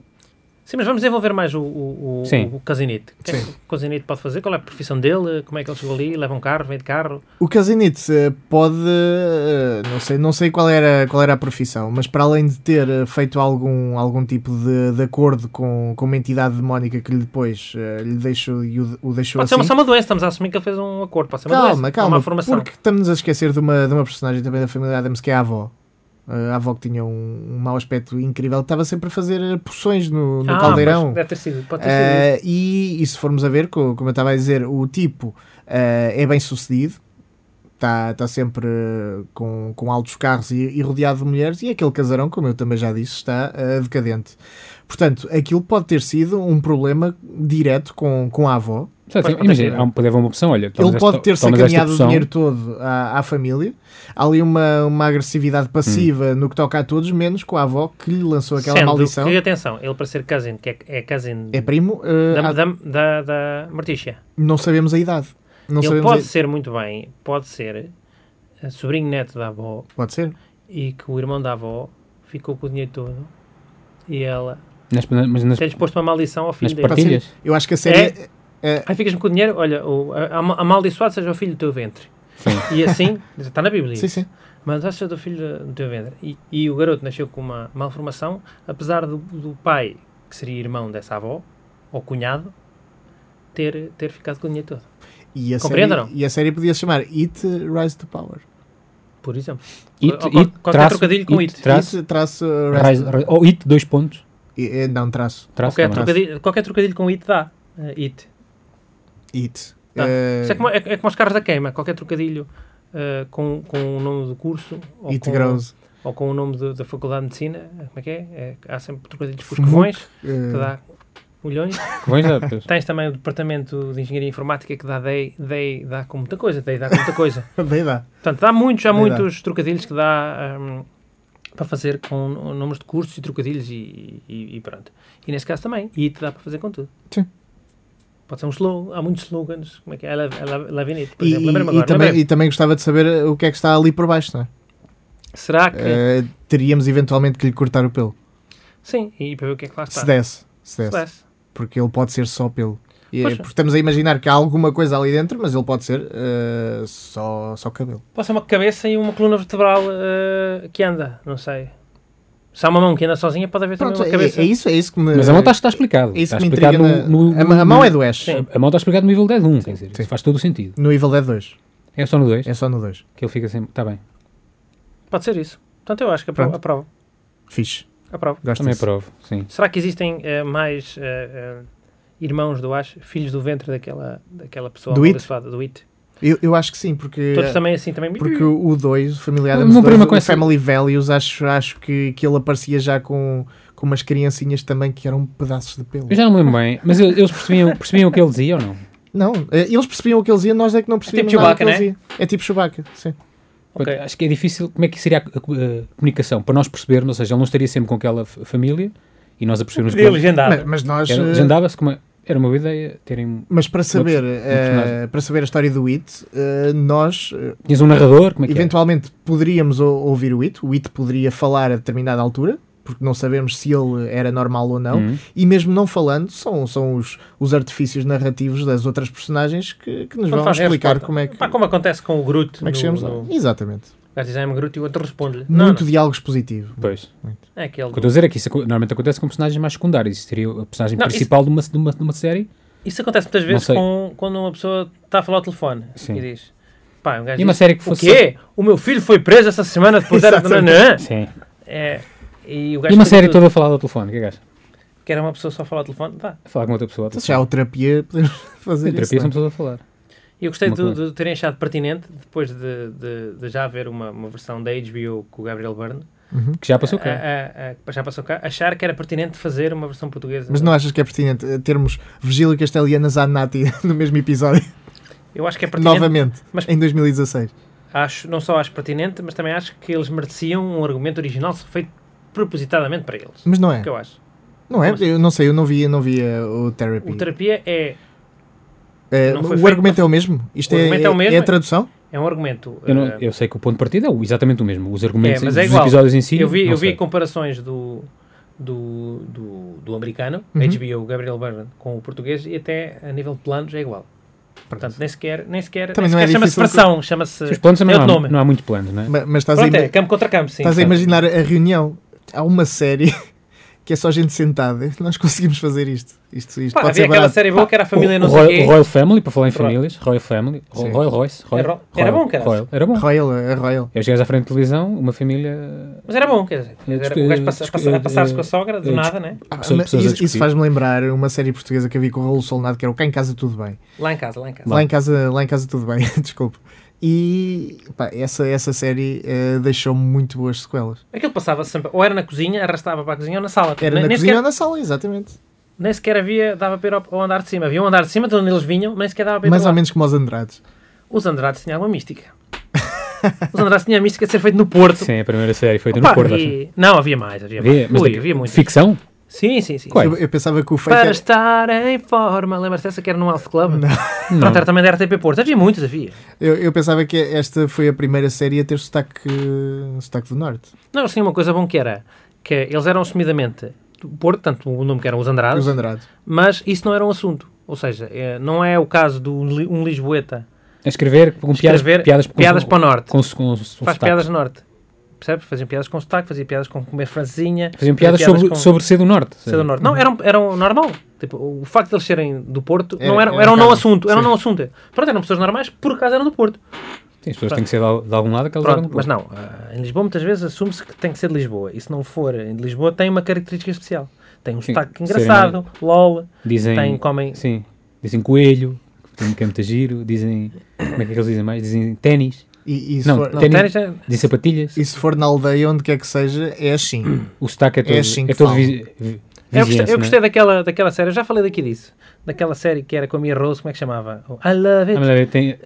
Speaker 4: Sim, mas vamos desenvolver mais o, o, o,
Speaker 5: Sim.
Speaker 4: o Casinite. O que é que o Casinite pode fazer? Qual é a profissão dele? Como é que ele chegou ali? Leva um carro, vem de carro?
Speaker 3: O Casinite eh, pode. eh, Não sei, não sei qual, era, qual era a profissão, mas para além de ter eh, feito algum, algum tipo de, de acordo com, com uma entidade demónica que lhe depois eh, lhe deixou, e o, o deixou
Speaker 4: Pode
Speaker 3: assim.
Speaker 4: ser uma, só uma doença, estamos a assumir que ele fez um acordo. Pode ser uma
Speaker 3: calma,
Speaker 4: doença,
Speaker 3: calma,
Speaker 4: uma formação.
Speaker 3: porque estamos a esquecer de uma, de uma personagem também da família Adams que é a avó. Eh, A avó que tinha um, um mau aspecto incrível, que estava sempre a fazer eh, poções no, no
Speaker 4: Ah,
Speaker 3: caldeirão.
Speaker 4: mas Deve ter sido, pode ter sido.
Speaker 3: Eh,
Speaker 4: isso.
Speaker 3: e, e se formos a ver, co- como eu estava a dizer, o tipo eh, é bem sucedido, está tá sempre eh, com, com altos carros e, e rodeado de mulheres, e aquele casarão, como eu também já disse, está eh, decadente. Portanto, aquilo pode ter sido um problema direto com, com a avó.
Speaker 5: Sabe,
Speaker 4: Pois, pode
Speaker 5: imagina,
Speaker 4: ter-
Speaker 5: há um- pode haver uma opção, olha... tomas
Speaker 3: Ele
Speaker 5: esta-
Speaker 3: pode ter
Speaker 5: tomas esta
Speaker 3: sacaneado o
Speaker 5: opção.
Speaker 3: dinheiro todo à, à família. Há ali uma, uma agressividade passiva no que toca a todos, menos com a avó que lhe lançou aquela
Speaker 4: Sendo
Speaker 3: maldição.
Speaker 4: que, atenção, ele para ser cousin, que é, é cousin
Speaker 3: É primo, eh,
Speaker 4: da,
Speaker 3: há-
Speaker 4: da, da, da Morticia.
Speaker 3: não sabemos a idade. Não
Speaker 4: ele
Speaker 3: sabemos
Speaker 4: pode
Speaker 3: a-
Speaker 4: ser muito bem, pode ser eh, sobrinho neto da avó
Speaker 3: Pode ser.
Speaker 4: e que o irmão da avó ficou com o dinheiro todo e ela
Speaker 5: Nas, mas nas,
Speaker 4: tem-lhes posto uma maldição ao filho
Speaker 5: nas
Speaker 4: dele.
Speaker 5: partilhas.
Speaker 3: Eu acho que a série.
Speaker 4: É? Aí ficas-me com o dinheiro, olha, o, a- a- amaldiçoado seja o filho do teu ventre.
Speaker 5: Sim.
Speaker 3: (laughs)
Speaker 4: E assim, está na Bíblia.
Speaker 3: Sim,
Speaker 4: isso.
Speaker 3: sim.
Speaker 4: Amaldiçoado seja o filho do teu ventre. E, e o garoto nasceu com uma malformação, apesar do, do pai, que seria irmão dessa avó, ou cunhado, ter, ter ficado com o dinheiro todo.
Speaker 3: E a, série,
Speaker 4: Compreenderam?
Speaker 3: e a série podia se chamar It Rise to Power.
Speaker 4: Por exemplo.
Speaker 5: It,
Speaker 4: Ou qual-
Speaker 5: it,
Speaker 4: qualquer
Speaker 5: traço,
Speaker 4: trocadilho com it. é
Speaker 5: traço,
Speaker 3: It traço. uh, Rise
Speaker 5: rise- rise- ou it, dois pontos.
Speaker 3: e- eh, Não, traço.
Speaker 5: Traço, é
Speaker 4: qualquer,
Speaker 5: também.
Speaker 4: trocadilho, qualquer trocadilho com it dá. eh, it.
Speaker 3: It.
Speaker 4: Tá.
Speaker 3: Eh,
Speaker 4: Isso é como, é, é como os carros da queima. Qualquer trocadilho eh, com, com o nome do curso ou
Speaker 3: It
Speaker 4: com,
Speaker 3: Grows.
Speaker 4: ou com o nome do- da Faculdade de Medicina, eh, como é que é? Eh, há sempre trocadilhos com os
Speaker 3: Fumuc.
Speaker 4: covões,
Speaker 3: Eh,
Speaker 4: que dá milhões.
Speaker 5: Pois
Speaker 3: (laughs)
Speaker 5: é, pois.
Speaker 4: Tens também o Departamento de Engenharia Informática, que dá DEI, DEI dá com muita coisa, DEI dá com muita coisa.
Speaker 3: (laughs) Eh, Bem dá.
Speaker 4: Portanto, dá muitos, há
Speaker 3: Bem dá.
Speaker 4: muitos trocadilhos que dá hum, para fazer com n- nomes de cursos e trocadilhos e, e- e pronto. E nesse caso também, e te dá para fazer com tudo.
Speaker 3: Sim.
Speaker 4: Pode ser um slogan, há muitos slogans, como é que é? I love, I love- love in it, por
Speaker 3: E,
Speaker 4: exemplo. é, Lembrei-me
Speaker 3: e
Speaker 4: agora.
Speaker 3: também,
Speaker 4: lembrei-me.
Speaker 3: e também gostava de saber o que é que está ali por baixo, não é?
Speaker 4: Será que...
Speaker 3: Eh, teríamos eventualmente que lhe cortar o pelo.
Speaker 4: Tá. Sim, e para ver o que é que lá está.
Speaker 3: Se desse. Se
Speaker 4: Se
Speaker 3: desse.
Speaker 4: desse.
Speaker 3: Porque ele pode ser só pelo. E, eh,
Speaker 4: Pois.
Speaker 3: porque estamos a imaginar que há alguma coisa ali dentro, mas ele pode ser eh, só, só cabelo.
Speaker 4: Pode ser uma cabeça e uma coluna vertebral eh, que anda, não sei. Se há uma mão que anda sozinha, pode haver
Speaker 3: Pronto,
Speaker 4: também
Speaker 3: é,
Speaker 4: uma cabeça.
Speaker 3: é isso, é isso que me.
Speaker 5: Mas a mão está, está explicado.
Speaker 3: é isso
Speaker 5: Está
Speaker 3: que me
Speaker 5: Tá explicado
Speaker 3: intriga.
Speaker 5: no,
Speaker 3: na-
Speaker 5: no-
Speaker 3: a, ma- a mão é
Speaker 5: no-
Speaker 3: do Ash.
Speaker 4: Sim.
Speaker 5: A mão está explicada no Evil Dead 1, quer dizer, isso faz todo o sentido.
Speaker 3: No Evil Dead 2.
Speaker 5: É só no 2
Speaker 3: É só no 2.
Speaker 5: que ele fica sempre. Está bem,
Speaker 4: Pode ser isso. Portanto, eu acho que apro-
Speaker 3: Pronto.
Speaker 4: aprovo.
Speaker 3: Fixe.
Speaker 4: aprovo.
Speaker 3: Gosto
Speaker 5: também
Speaker 3: disso.
Speaker 5: aprovo. Sim.
Speaker 4: Será que existem eh, mais eh, eh, irmãos do Ash, filhos do ventre daquela, daquela pessoa
Speaker 3: Do It?
Speaker 4: amaldiçoada, do It?
Speaker 3: Eu, eu acho que sim, porque,
Speaker 5: É.
Speaker 4: Todos também assim, também.
Speaker 3: porque o 2, o Family
Speaker 5: Não,
Speaker 3: Adams 2,
Speaker 5: não problema
Speaker 3: o
Speaker 5: com essa-
Speaker 3: Family Values, acho, acho que, que ele aparecia já com, com umas criancinhas também que eram pedaços de pelo.
Speaker 5: Eu já não me lembro bem, mas eu- eles percebiam, percebiam o que ele dizia ou não?
Speaker 3: Não, eh, eles percebiam o que eles iam, nós é que não percebíamos
Speaker 4: tipo
Speaker 3: nada do que
Speaker 4: Chewbacca,
Speaker 3: eles iam. É tipo Chewbacca, sim.
Speaker 4: Ok.
Speaker 5: Acho que é difícil. Como é que seria a, co- a comunicação? Para nós percebermos, ou seja, ele não estaria sempre com aquela f- família e nós a percebermos
Speaker 4: Podia
Speaker 5: como. é
Speaker 4: legendar.
Speaker 3: Mas, mas nós...
Speaker 5: Ah, Era-
Speaker 3: eh,
Speaker 5: Legendava-se como. é- Era uma boa ideia terem.
Speaker 3: Mas para saber, eh,
Speaker 5: personagem.
Speaker 3: para saber a história do It, eh, nós eh,
Speaker 5: Tinhas um narrador, como é que era?
Speaker 3: eventualmente poderíamos ou- ouvir o It, o It poderia falar a determinada altura, porque não sabemos se ele era normal ou não,
Speaker 5: Uhum.
Speaker 3: e mesmo não falando, são, são os, os artifícios narrativos das outras personagens que, que nos
Speaker 4: Quando
Speaker 3: vão
Speaker 4: faz
Speaker 3: explicar
Speaker 4: resposta.
Speaker 3: como é que,
Speaker 4: Pá, como acontece com o Groot.
Speaker 3: como é que chegamos lá.
Speaker 4: no, no...
Speaker 3: Exatamente.
Speaker 4: O gajo diz, "I'm Groot e o outro responde-lhe.
Speaker 3: Muito
Speaker 4: Não,
Speaker 3: diálogo expositivo.
Speaker 5: Pois.
Speaker 4: não. É aquele.
Speaker 5: O que eu estou a dizer é que isso aco- normalmente acontece com personagens mais secundários. Isso seria a personagem
Speaker 4: Não, isso-
Speaker 5: principal de, uma, de, uma, de uma série.
Speaker 4: Isso acontece muitas vezes
Speaker 5: sei.
Speaker 4: com, quando uma pessoa está a falar ao telefone
Speaker 5: Sim.
Speaker 4: e diz. Pá, um gajo
Speaker 5: E uma
Speaker 4: diz,
Speaker 5: série que
Speaker 4: o
Speaker 5: fosse.
Speaker 4: quê? O meu filho foi preso essa semana por dar...
Speaker 3: Exatamente.
Speaker 4: Nanã."
Speaker 5: Sim.
Speaker 4: É, e o gajo
Speaker 5: E uma
Speaker 4: fazia
Speaker 5: série
Speaker 4: tudo.
Speaker 5: toda a falar ao telefone, o que é que achas?
Speaker 4: Que era uma pessoa só a falar ao telefone. Dá.
Speaker 5: A Falar com outra pessoa. ao
Speaker 3: Então, se já
Speaker 5: telefone.
Speaker 3: há o terapia, (laughs) podemos fazer
Speaker 5: Em terapia
Speaker 3: isso.
Speaker 5: são
Speaker 3: não é?
Speaker 5: pessoas a falar.
Speaker 4: E eu gostei
Speaker 5: Uma
Speaker 4: de,
Speaker 5: coisa.
Speaker 4: de terem achado pertinente, depois de, de- de já haver uma, uma versão da HBO com o Gabriel Byrne,
Speaker 5: Que já passou
Speaker 4: Ah,
Speaker 5: cá.
Speaker 4: a- a- a- já passou cá, achar que era pertinente fazer uma versão portuguesa.
Speaker 3: Mas não achas que é pertinente eh, termos Virgílio Castelhanas à Nati (laughs) no mesmo episódio,
Speaker 4: Eu acho que é pertinente,
Speaker 3: novamente,
Speaker 4: mas-
Speaker 3: em 2016?
Speaker 4: Acho, não só acho pertinente, mas também acho que eles mereciam um argumento original feito propositadamente para eles.
Speaker 3: Mas não é.
Speaker 4: O que eu acho.
Speaker 3: Não é?
Speaker 4: Como assim?
Speaker 3: Eu não sei, eu não vi, não vi eh, o Therapy.
Speaker 4: O terapia é,
Speaker 3: Eh,
Speaker 4: não
Speaker 3: o
Speaker 4: foi feito
Speaker 3: argumento
Speaker 4: para-
Speaker 3: é o mesmo? Isto
Speaker 4: O
Speaker 3: é,
Speaker 4: argumento é o mesmo?
Speaker 3: a tradução?
Speaker 4: é um argumento.
Speaker 5: Eu, não-
Speaker 4: eh,
Speaker 5: eu sei que o ponto de partida é o- exatamente o mesmo. Os argumentos,
Speaker 4: É, mas
Speaker 5: os
Speaker 4: é igual.
Speaker 5: episódios em si.
Speaker 4: eu vi,
Speaker 5: não
Speaker 4: eu vi
Speaker 5: sei.
Speaker 4: comparações do, do, do, do americano,
Speaker 5: Uhum.
Speaker 4: HBO Gabriel Byrne, com o português e até a nível de planos é igual. Portanto, nem sequer, nem sequer,
Speaker 3: Também
Speaker 4: nem
Speaker 3: não é
Speaker 4: sequer chama-se
Speaker 3: difícil
Speaker 4: versão, chama-se.
Speaker 5: Os planos também
Speaker 4: é
Speaker 5: não,
Speaker 4: outro
Speaker 5: há,
Speaker 4: nome.
Speaker 5: não há muito planos, não é?
Speaker 3: Ma- Mas estás,
Speaker 4: Pronto,
Speaker 3: a,
Speaker 4: é
Speaker 3: ima-
Speaker 4: campo contra campo, sim.
Speaker 3: estás a
Speaker 4: Claro.
Speaker 3: imaginar a reunião. Há uma série (laughs) que é só gente sentada. (laughs) Nós conseguimos fazer isto. Isto, isto
Speaker 4: Pá,
Speaker 3: pode
Speaker 4: havia
Speaker 3: ser
Speaker 4: aquela
Speaker 3: barato.
Speaker 4: série boa que era a família
Speaker 5: o,
Speaker 4: não
Speaker 5: o
Speaker 4: sei
Speaker 5: Royal,
Speaker 4: quê.
Speaker 5: o Royal Family, para falar em
Speaker 4: Ro-
Speaker 5: famílias. Royal Family. Ro-
Speaker 3: Sim.
Speaker 5: Royal Royce. Royal,
Speaker 4: Era- era
Speaker 5: Royal-
Speaker 4: bom, caralho.
Speaker 5: Royal, Era bom.
Speaker 3: Royal, a Royal.
Speaker 5: Eu cheguei à frente de televisão, uma família.
Speaker 4: Mas era bom, quer dizer,
Speaker 5: Eu
Speaker 4: era,
Speaker 5: discu-
Speaker 4: o gajo passa,
Speaker 5: discu-
Speaker 4: passa- a passar-se com a sogra,
Speaker 5: eu
Speaker 4: do nada, né?
Speaker 5: Ah,
Speaker 3: Ah, mas isso isso faz-me lembrar uma série portuguesa que havia com o Raul Solnado, que era o Cá em Casa Tudo Bem.
Speaker 4: Lá em casa, lá em casa.
Speaker 3: Lá em casa, lá em casa tudo bem, (laughs) desculpe. E pá, essa, essa série eh, deixou-me muito boas sequelas.
Speaker 4: Aquilo passava sempre, ou era na cozinha, arrastava para a cozinha, ou na sala.
Speaker 3: Era
Speaker 4: Nem-
Speaker 3: na
Speaker 4: nem
Speaker 3: cozinha
Speaker 4: sequer-
Speaker 3: ou na sala, exatamente.
Speaker 4: Nem sequer havia, dava para ir ao, ao andar de cima. Havia um andar de cima de onde eles vinham, mas nem sequer dava para ir
Speaker 3: Mais
Speaker 4: para
Speaker 3: ou
Speaker 4: lá.
Speaker 3: menos como os Andrades.
Speaker 4: Os Andrades tinham alguma mística. (laughs) Os Andrades tinham a mística de ser feito no Porto.
Speaker 5: Sim, a primeira série feita
Speaker 4: Opa,
Speaker 5: no Porto. acho.
Speaker 4: e- Não, havia mais, havia mais.
Speaker 5: Havia, mas
Speaker 4: Ui,
Speaker 5: da-
Speaker 4: havia muito.
Speaker 5: Ficção?
Speaker 4: Sim, sim, sim.
Speaker 5: Qual? é?
Speaker 3: Eu, eu pensava que o feito
Speaker 4: Para
Speaker 3: era...
Speaker 4: estar em forma. Lembra-se dessa que era num Health Club?
Speaker 5: Não.
Speaker 4: Pronto, era também da RTP Porto. Havia muitos, havia.
Speaker 3: eu, eu pensava que esta foi a primeira série a ter sotaque, sotaque do norte.
Speaker 4: Não, eles tinham uma coisa bom que era que eles eram assumidamente do Porto, tanto o nome que eram os Andrades,
Speaker 3: Os Andrades.
Speaker 4: mas isso não era um assunto. Ou seja, eh, não é o caso de um, li- um Lisboeta
Speaker 5: A escrever com piadas,
Speaker 4: escrever
Speaker 5: piadas,
Speaker 4: piadas,
Speaker 5: com-
Speaker 4: para o Norte.
Speaker 5: com, com, com
Speaker 4: Faz
Speaker 5: sotaque.
Speaker 4: piadas no Norte. Percebes? Faziam piadas com sotaque, faziam piadas com comer francesinha.
Speaker 5: Faziam piadas, sobre,
Speaker 4: com
Speaker 5: sobre ser do Norte.
Speaker 4: ser do Norte. Não,
Speaker 5: Uhum.
Speaker 4: eram, eram normal. Tipo, o facto de eles serem do Porto
Speaker 5: É,
Speaker 3: Era-
Speaker 4: não era,
Speaker 3: era
Speaker 4: era um
Speaker 3: normal.
Speaker 4: não assunto. Era um
Speaker 3: Sim.
Speaker 4: não assunto. Pronto, eram pessoas normais, por acaso eram do Porto.
Speaker 5: Sim, as pessoas têm que ser de, al- de algum lado, aquelas eram
Speaker 4: Pronto,
Speaker 5: do
Speaker 4: mas
Speaker 5: Porto.
Speaker 4: não. ah, em Lisboa, muitas vezes, assume-se que tem que ser de Lisboa. E se não for em de Lisboa, tem uma característica especial. Tem um
Speaker 5: Sim,
Speaker 4: sotaque
Speaker 5: serem-
Speaker 4: engraçado, LOL,
Speaker 5: Dizem,
Speaker 4: tem, comem.
Speaker 5: Sim. Dizem coelho, que tem que é muito giro. Dizem. Como é que, é que eles dizem mais? Dizem ténis.
Speaker 3: E, e se,
Speaker 5: Não,
Speaker 3: for,
Speaker 4: Não,
Speaker 5: Ténis-
Speaker 4: ténis é-
Speaker 5: Dizem sapatilhas.
Speaker 3: e se for na aldeia, onde quer que seja, é assim.
Speaker 5: O sotaque é todo.
Speaker 3: assim que
Speaker 5: é todo
Speaker 3: falam.
Speaker 5: vi, vi,
Speaker 4: Eu gostei,
Speaker 5: vizinhança,
Speaker 4: eu
Speaker 5: né?
Speaker 4: gostei daquela, daquela série, eu já falei daqui disso. Daquela série que era com a Mia Rose, como é que chamava? O I Love It.
Speaker 5: Ah, mas é, tem-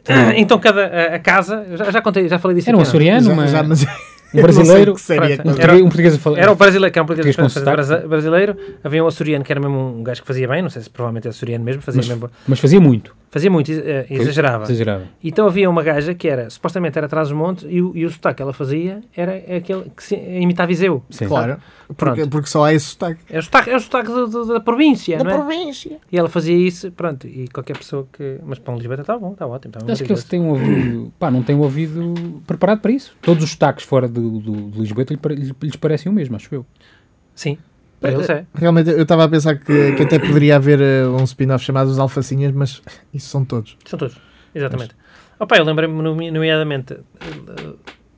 Speaker 4: (coughs)
Speaker 5: tem-
Speaker 4: então cada a, a casa, eu já, já contei, já falei disso.
Speaker 5: Era um
Speaker 4: aqui, não?
Speaker 5: açoriano,
Speaker 3: Já-
Speaker 5: uma-
Speaker 3: já- mas- (laughs)
Speaker 5: um
Speaker 3: eu não sei
Speaker 5: brasileiro.
Speaker 3: que série é que
Speaker 5: Um
Speaker 4: Pronto.
Speaker 3: nós-
Speaker 5: português, um português a falar.
Speaker 4: Era um brasileiro, que era um português
Speaker 5: Português com
Speaker 4: brasi-
Speaker 5: sotaque.
Speaker 4: brasileiro. Havia um açoriano que era mesmo um gajo que fazia bem, não sei se provavelmente é açoriano mesmo, fazia, mesmo,
Speaker 5: Mas fazia muito.
Speaker 4: fazia muito, eh, exagerava.
Speaker 5: Exagerava.
Speaker 4: Então havia uma gaja que era, supostamente era atrás dos montes e, o- e o sotaque que ela fazia era aquele que se, imitava Viseu.
Speaker 5: Sim.
Speaker 3: Claro. Porque,
Speaker 5: é
Speaker 4: Pronto.
Speaker 3: porque só há esse sotaque.
Speaker 4: É o sotaque, é o sotaque do- do- da província, não é?
Speaker 3: província.
Speaker 4: E ela fazia isso, pronto, e qualquer pessoa que... Mas para um Lisboeta está bom, está ótimo. Está
Speaker 5: Acho que eles têm um ouvido, pá, não têm um ouvido preparado para isso. Todos os sotaques fora do, do, do Lisboeta lhe pare- lhe- lhes parecem o mesmo, acho eu.
Speaker 4: Sim, para eles é.
Speaker 3: Realmente, eu estava a pensar que, que até poderia haver eh, um spin-off chamado Os Alfacinhas, mas isso são todos.
Speaker 4: São todos, exatamente. Opa, eu lembrei-me, nome- nomeadamente, eh,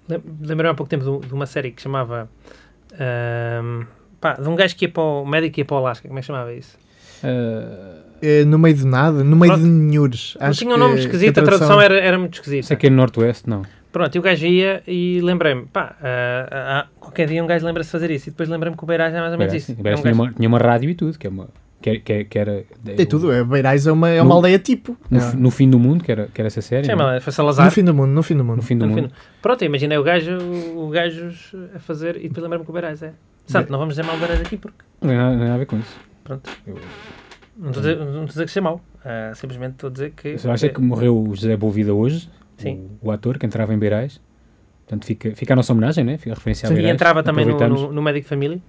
Speaker 4: lem- lembrei-me há pouco tempo de um- de uma série que chamava. ahm, pá, de um gajo que ia para o. médico que ia para o Alasca, como é que chamava isso?
Speaker 5: Ah,
Speaker 3: Eh, no meio de nada, no meio
Speaker 4: Pronto.
Speaker 3: de nenhures.
Speaker 4: Mas
Speaker 3: Acho
Speaker 4: tinha um nome
Speaker 3: que- que
Speaker 4: esquisito, a tradução era, era muito esquisita.
Speaker 5: sei que é no Norte-Oeste, não.
Speaker 4: Pronto, e o gajo ia e lembrei-me, pá, ah, ah, ah, qualquer dia um gajo lembra-se de fazer isso. E depois lembrei-me que o Beirais é mais ou menos
Speaker 5: Era
Speaker 4: isso.
Speaker 5: assim.
Speaker 4: É
Speaker 5: Parece
Speaker 4: um
Speaker 5: que tinha,
Speaker 4: gajo-
Speaker 5: uma, tinha uma rádio e tudo, que, é uma, que, é- que, é- que era.
Speaker 3: Tem tudo, é, Beirais é uma, é
Speaker 5: No-
Speaker 3: uma aldeia tipo.
Speaker 5: No,
Speaker 3: Não.
Speaker 5: fi- no fim do mundo, que era, que era essa série.
Speaker 4: Chama
Speaker 5: não é?
Speaker 4: lá, foi Salazar.
Speaker 3: No fim do mundo, no fim do mundo.
Speaker 5: No fim do
Speaker 4: No fim
Speaker 5: mundo.
Speaker 4: do- Pronto, imaginei o gajo, o gajo a fazer e depois lembrei-me que o Beirais é. Santo, não vamos dizer mal o Beirais aqui porque.
Speaker 5: Não tem nada, não tem nada a ver com isso.
Speaker 4: Pronto.
Speaker 5: Eu-
Speaker 4: Não estou a dizer- não estou a dizer que seja mau. Ah, simplesmente estou a dizer que. eh,
Speaker 5: Você acha que morreu o José Bovida hoje,
Speaker 4: Sim.
Speaker 5: O, o ator que entrava em Beirais. Portanto, fica, fica a nossa homenagem, né? Fica a referência a
Speaker 4: E
Speaker 5: Beirais.
Speaker 4: entrava também no,
Speaker 5: Aproveitamos.
Speaker 4: no, no Medic Family.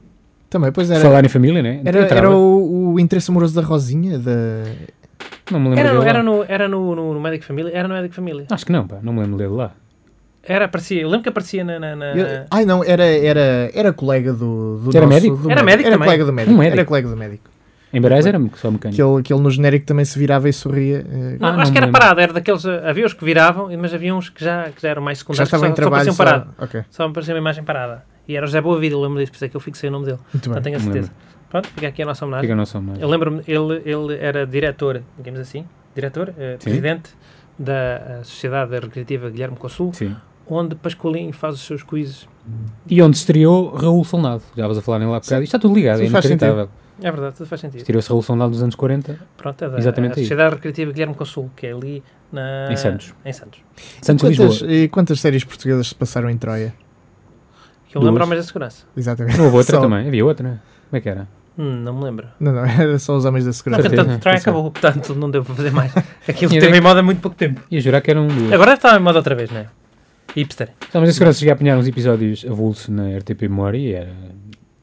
Speaker 3: Também, pois
Speaker 5: Por
Speaker 3: era.
Speaker 5: Falar em família, né?
Speaker 3: Era,
Speaker 5: Entrava.
Speaker 3: era o, o interesse amoroso da Rosinha, da...
Speaker 5: Não me lembro
Speaker 4: Era, no,
Speaker 5: dele lá.
Speaker 4: era, no, era no, no, no Medic Family? Era no Medic Family.
Speaker 5: Acho que não, pá. Não me lembro dele lá.
Speaker 4: Era, aparecia. Eu lembro que aparecia na. na, na-
Speaker 3: Eu- Ai não, era, era, era colega do, do
Speaker 5: Era
Speaker 3: nosso-
Speaker 5: médico?
Speaker 3: do
Speaker 4: Era médico
Speaker 3: Era
Speaker 4: também.
Speaker 3: colega do médico.
Speaker 5: Um médico.
Speaker 3: Era colega do médico.
Speaker 5: Em Beirais era só um mecânico.
Speaker 3: Que ele, que ele no genérico também se virava e sorria. eh,
Speaker 4: Não,
Speaker 5: Ah, não
Speaker 4: acho que
Speaker 5: me
Speaker 4: era
Speaker 5: lembro.
Speaker 4: parado. Era daqueles. ah, Havia os que viravam, e- mas havia uns que já, que já eram mais
Speaker 3: já
Speaker 4: secundários.
Speaker 3: estava
Speaker 4: que
Speaker 3: em
Speaker 4: só,
Speaker 3: trabalho.
Speaker 4: Só apareciam parado.
Speaker 3: só- Ok,
Speaker 4: Só me aparecia uma imagem parada. E era o José Boa Vida, eu lembro disso, por isso é que eu fixei o nome dele.
Speaker 3: muito
Speaker 4: Não
Speaker 3: bem.
Speaker 4: tenho a
Speaker 5: me
Speaker 4: certeza. Pronto, fica aqui a nossa homenagem.
Speaker 5: Fica a nossa homenagem.
Speaker 4: Eu lembro-me, ele, ele era diretor, digamos assim, diretor, eh,
Speaker 5: Sim.
Speaker 4: presidente da eh, Sociedade Recreativa Guilherme Consul.
Speaker 5: Sim.
Speaker 4: onde Pascoalinho faz os seus quizzes.
Speaker 5: E onde estreou Raul Soldado. Já estavas a falar nele há bocado. Isto está tudo ligado,
Speaker 3: Sim,
Speaker 5: é
Speaker 3: faz
Speaker 5: inacreditável.
Speaker 4: É verdade, tudo faz sentido.
Speaker 5: Estreou-se Raul Soldado dos anos 40,
Speaker 4: Pronto, é da,
Speaker 5: Exatamente
Speaker 4: a
Speaker 5: aí.
Speaker 4: Sociedade Recreativa Guilherme Consul, que é ali na,
Speaker 5: Em Santos.
Speaker 4: Em Santos.
Speaker 5: Santos de
Speaker 3: Quantas,
Speaker 5: Lisboa.
Speaker 3: e quantas séries portuguesas se passaram em Troia?
Speaker 4: Que eu lembro
Speaker 5: Duas.
Speaker 4: ao mais da segurança.
Speaker 3: Exatamente. (laughs)
Speaker 5: Não houve outra
Speaker 3: Só-
Speaker 5: também, havia outra, né? Como é que era?
Speaker 4: Hum, não me lembro.
Speaker 3: Não, não, era só os homens da
Speaker 4: Não,
Speaker 3: segurança.
Speaker 5: Certeza,
Speaker 4: portanto,
Speaker 5: né?
Speaker 4: o Try
Speaker 5: Sim.
Speaker 4: acabou, portanto, não deu para fazer
Speaker 5: (laughs)
Speaker 4: mais. Aquilo
Speaker 5: Tinha
Speaker 4: teve
Speaker 5: ideia.
Speaker 4: em moda há muito pouco tempo.
Speaker 5: Ia jurar que um eram duas.
Speaker 4: Agora está em moda outra vez, não é? Hipster.
Speaker 5: Estávamos Então, em segurança cheguei a apanhar uns episódios avulso na RTP Memória e era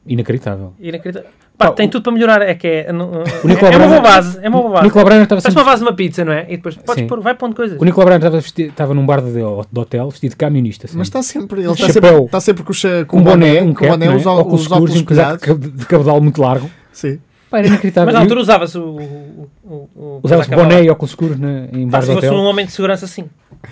Speaker 5: inacreditável.
Speaker 4: Inacreditável. Pá,
Speaker 5: Pá,
Speaker 4: tem
Speaker 5: o-
Speaker 4: tudo para melhorar. É que é. não-
Speaker 5: Nicolau
Speaker 4: É, é uma boa
Speaker 5: Braga-
Speaker 4: base. É uma boa base.
Speaker 5: Nicolau Brainer estava
Speaker 4: Parece
Speaker 5: sempre...
Speaker 4: uma base de uma pizza, não é? E depois podes
Speaker 5: Sim.
Speaker 4: pôr, vai pondo coisas.
Speaker 5: O Nicolau Brainer estava, vestido- estava num bar de, de hotel vestido de camionista. sempre.
Speaker 3: Mas está sempre, ele está
Speaker 5: Chapéu.
Speaker 3: sempre, está sempre com, o cha- com
Speaker 5: com um boné, um
Speaker 3: com
Speaker 5: cap,
Speaker 3: boné
Speaker 5: não é?
Speaker 3: os, ó-
Speaker 5: óculos
Speaker 3: os óculos
Speaker 5: escuros e um casaco
Speaker 3: espelhados.
Speaker 5: de, de cabedal muito largo.
Speaker 3: Sim.
Speaker 5: Pá, era inacreditável.
Speaker 4: Mas na
Speaker 5: Eu-
Speaker 4: altura usava-se o. o, o, o
Speaker 5: Usava-se
Speaker 4: casaco à
Speaker 5: boné
Speaker 4: bola.
Speaker 5: e óculos escuros na- em
Speaker 4: Pá,
Speaker 5: bares
Speaker 4: Se
Speaker 5: de
Speaker 4: fosse
Speaker 5: hotel.
Speaker 4: um homem de segurança, sim.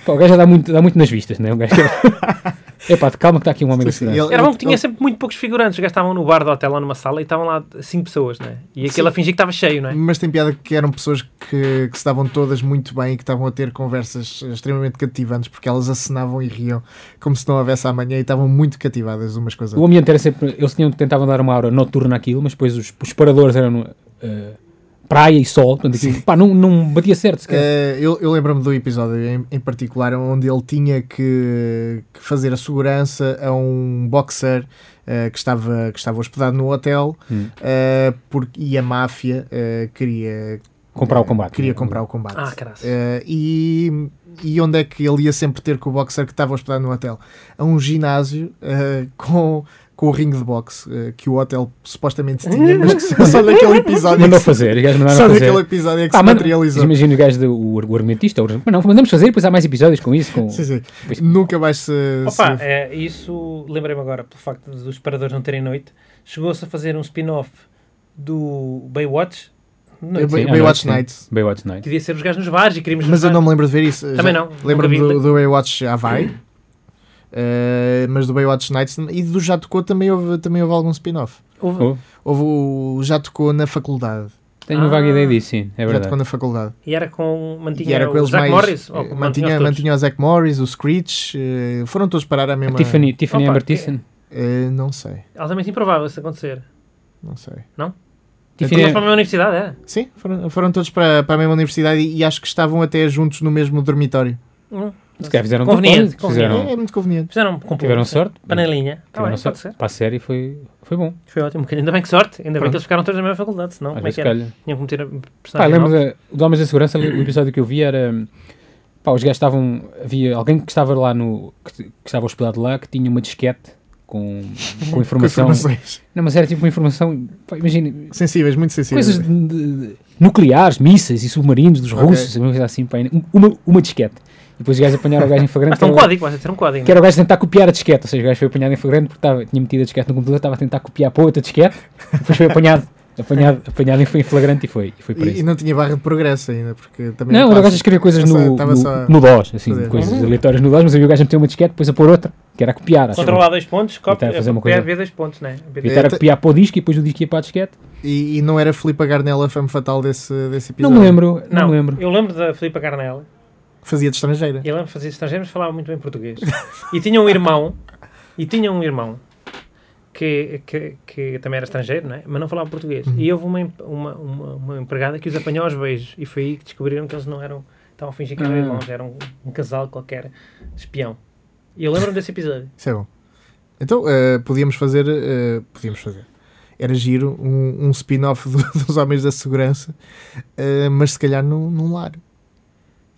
Speaker 5: Pá, o gajo já dá muito, dá muito nas vistas, não é? O gajo...
Speaker 3: (laughs)
Speaker 5: Epá, calma que está aqui um homem da
Speaker 3: Sim,
Speaker 5: cidade.
Speaker 3: ele-
Speaker 4: Era bom que tinha
Speaker 3: ele-
Speaker 4: sempre muito poucos figurantes. Os gajos estavam no bar do hotel ou numa sala e estavam lá cinco pessoas, não é? E aquilo a fingir que estava cheio, não é?
Speaker 3: Mas tem piada que eram pessoas que, que se davam todas muito bem e que estavam a ter conversas extremamente cativantes porque elas acenavam e riam como se não houvesse amanhã e estavam muito cativadas umas com as
Speaker 5: O
Speaker 3: outras.
Speaker 5: ambiente era sempre... Eles tinham, tentavam dar uma aura noturna àquilo, mas depois os, os paradores eram... eh, praia e sol. Portanto, aquilo, pá, não, não batia certo sequer.
Speaker 3: Eh, eu eu lembro-me do episódio em, em particular onde ele tinha que, que fazer a segurança a um boxer eh, que, estava, que estava hospedado no hotel
Speaker 5: Hum.
Speaker 3: eh, porque, e a máfia eh, queria
Speaker 5: comprar o
Speaker 3: eh,
Speaker 5: combate.
Speaker 3: Queria comprar o combate.
Speaker 4: Ah, caralho.
Speaker 3: Eh, e, e onde é que ele ia sempre ter com o boxer que estava hospedado no hotel? A um ginásio eh, com, com o ringue de boxe eh, que o hotel supostamente
Speaker 4: (laughs)
Speaker 3: tinha, mas que só- só naquele episódio. é que
Speaker 5: Mandou
Speaker 3: se-
Speaker 5: fazer, os gajos
Speaker 3: Só
Speaker 5: mandaram
Speaker 3: naquele
Speaker 5: fazer. Ah,
Speaker 3: episódio é que
Speaker 5: Pá,
Speaker 3: se
Speaker 5: manda-
Speaker 3: materializou.
Speaker 5: Imagina os gajos do o, ar- o argumentista. o- Mas não, mandamos fazer e depois há mais episódios com isso. Com...
Speaker 3: Sim, sim.
Speaker 5: Pois-
Speaker 3: Nunca mais se.
Speaker 4: Opa,
Speaker 3: se-
Speaker 4: é, isso lembrei-me agora, pelo facto dos paradores não terem noite, chegou-se a fazer um spin-off do Baywatch, de noite,
Speaker 5: Sim,
Speaker 3: Bay-
Speaker 5: à
Speaker 3: Baywatch
Speaker 5: noite, sim.
Speaker 3: Nights.
Speaker 5: Baywatch Night.
Speaker 4: que devia ser os gajos nos bares e crimes
Speaker 3: Mas
Speaker 4: nos
Speaker 3: eu não me lembro de ver isso.
Speaker 4: Também
Speaker 3: Já-
Speaker 4: não, nunca
Speaker 3: Lembro-me
Speaker 4: vi.
Speaker 3: do, do Baywatch Havaí. eh, mas do Baywatch Nights e do Já Tocou também houve, também houve algum spin-off.
Speaker 4: Houve-
Speaker 5: Oh,
Speaker 3: Houve o Já Tocou na Faculdade.
Speaker 5: tenho uma
Speaker 4: Ah.
Speaker 5: vaga ideia disso, sim, é
Speaker 3: já tocou
Speaker 5: verdade.
Speaker 3: na Faculdade.
Speaker 4: E era com mantinha
Speaker 3: e era com
Speaker 4: o
Speaker 3: eles
Speaker 4: Zac
Speaker 3: mais.
Speaker 4: Morris,
Speaker 3: eh,
Speaker 4: ou com-
Speaker 3: mantinha,
Speaker 4: os todos.
Speaker 3: mantinha o Zack Morris, o Screech, eh, foram todos parar à
Speaker 5: A
Speaker 3: mesma.
Speaker 5: Tiffany, Tiffany
Speaker 4: Opa,
Speaker 5: Amber
Speaker 4: que-
Speaker 5: Thiessen.
Speaker 3: Eh, não sei,
Speaker 4: Altamente improvável isso acontecer.
Speaker 3: não sei.
Speaker 5: Tiffany
Speaker 4: Tinha para a minha universidade, é. era?
Speaker 3: Sim, foram, foram todos para, para a mesma universidade e, e acho que estavam até juntos no mesmo dormitório.
Speaker 4: Hum.
Speaker 5: se calhar fizeram
Speaker 4: Conveniente,
Speaker 5: propósito, fizeram,
Speaker 3: É, é muito conveniente.
Speaker 4: Fizeram com
Speaker 5: Tiveram
Speaker 4: público,
Speaker 5: sorte.
Speaker 4: sim. Panelinha. Tá
Speaker 5: tiveram
Speaker 4: bem, pode
Speaker 5: sorte.
Speaker 4: ser. Então,
Speaker 5: Para a série foi, foi bom.
Speaker 4: Foi ótimo. Ainda bem que sorte. Ainda bem
Speaker 5: Pronto.
Speaker 4: que eles ficaram todos na mesma faculdade, senão
Speaker 5: Às
Speaker 4: como é
Speaker 5: vezes,
Speaker 4: que era?
Speaker 5: calha.
Speaker 4: Tinham que meter a personagem
Speaker 5: Pá, eu lembro
Speaker 4: nova.
Speaker 5: da, do Homens da Segurança, o episódio que eu vi era. Pá, os gajos estavam. Havia alguém que estava lá no. que, que estava hospedado lá que tinha uma disquete com, com
Speaker 3: Com
Speaker 5: informação.
Speaker 3: informações
Speaker 5: Não, mas era tipo uma informação. Pá, imagina,
Speaker 3: sensíveis, muito sensíveis.
Speaker 5: coisas de- de- de- nucleares, mísseis e submarinos dos
Speaker 3: Ok.
Speaker 5: russos, uma coisa assim, pá, um- uma, uma disquete. E depois os gajos apanharam o gajo em
Speaker 4: Mas
Speaker 3: (laughs)
Speaker 5: flagrante.
Speaker 4: tem um
Speaker 3: Então
Speaker 5: que era o-
Speaker 4: código, vai ter um código.
Speaker 5: que era o gajo tentar copiar a disquete, ou seja, o gajo foi apanhado em flagrante porque estava- tinha metido a disquete no computador, estava a tentar copiar para outra disquete, depois
Speaker 3: (laughs)
Speaker 5: foi apanhado, apanhado, apanhado e foi em flagrante e foi, e foi
Speaker 3: E, e
Speaker 5: preso.
Speaker 3: não tinha barra de progresso ainda, porque também. era
Speaker 5: Não, era o gajo a
Speaker 3: clássico.
Speaker 5: escrever coisas
Speaker 3: Estava
Speaker 5: no,
Speaker 3: só- estava
Speaker 5: no,
Speaker 3: só a
Speaker 5: no DOS, assim,
Speaker 3: fazer. Ah.
Speaker 5: coisas aleatórias no DOS, mas havia o gajo a meter uma disquete, depois a pôr outra, que era a copiar, acho.
Speaker 4: Controlar dois pontos, copy,
Speaker 5: Tentar fazer uma
Speaker 4: B,
Speaker 5: coisa.
Speaker 4: B dois pontos, né? B
Speaker 5: E
Speaker 4: dois-
Speaker 5: estar a copiar para o disco e depois o disco ia para a disquete.
Speaker 3: E, e não era Filipe Garnela a fama fatal desse, desse
Speaker 5: Não
Speaker 3: episódio.
Speaker 5: me lembro, não,
Speaker 4: Não,
Speaker 5: me lembro.
Speaker 4: eu lembro da Filipa Carnela.
Speaker 3: Que fazia de estrangeira.
Speaker 4: E ela fazia estrangeiros, mas falava muito bem português. E tinha um irmão, e tinha um irmão que, que, que também era estrangeiro, não é? mas não falava português. E houve uma, em- uma, uma, uma empregada que os apanhou aos beijos. E foi aí que descobriram que eles não eram. Estavam a fingir que eram
Speaker 5: Ah.
Speaker 4: irmãos, eram um, um casal qualquer espião. E eu lembro-me desse episódio.
Speaker 3: Isso é bom. Então, eh, podíamos fazer. eh, podíamos fazer. Era giro um, um spin-off do- (laughs) dos Homens da Segurança, eh, mas se calhar num, num lar.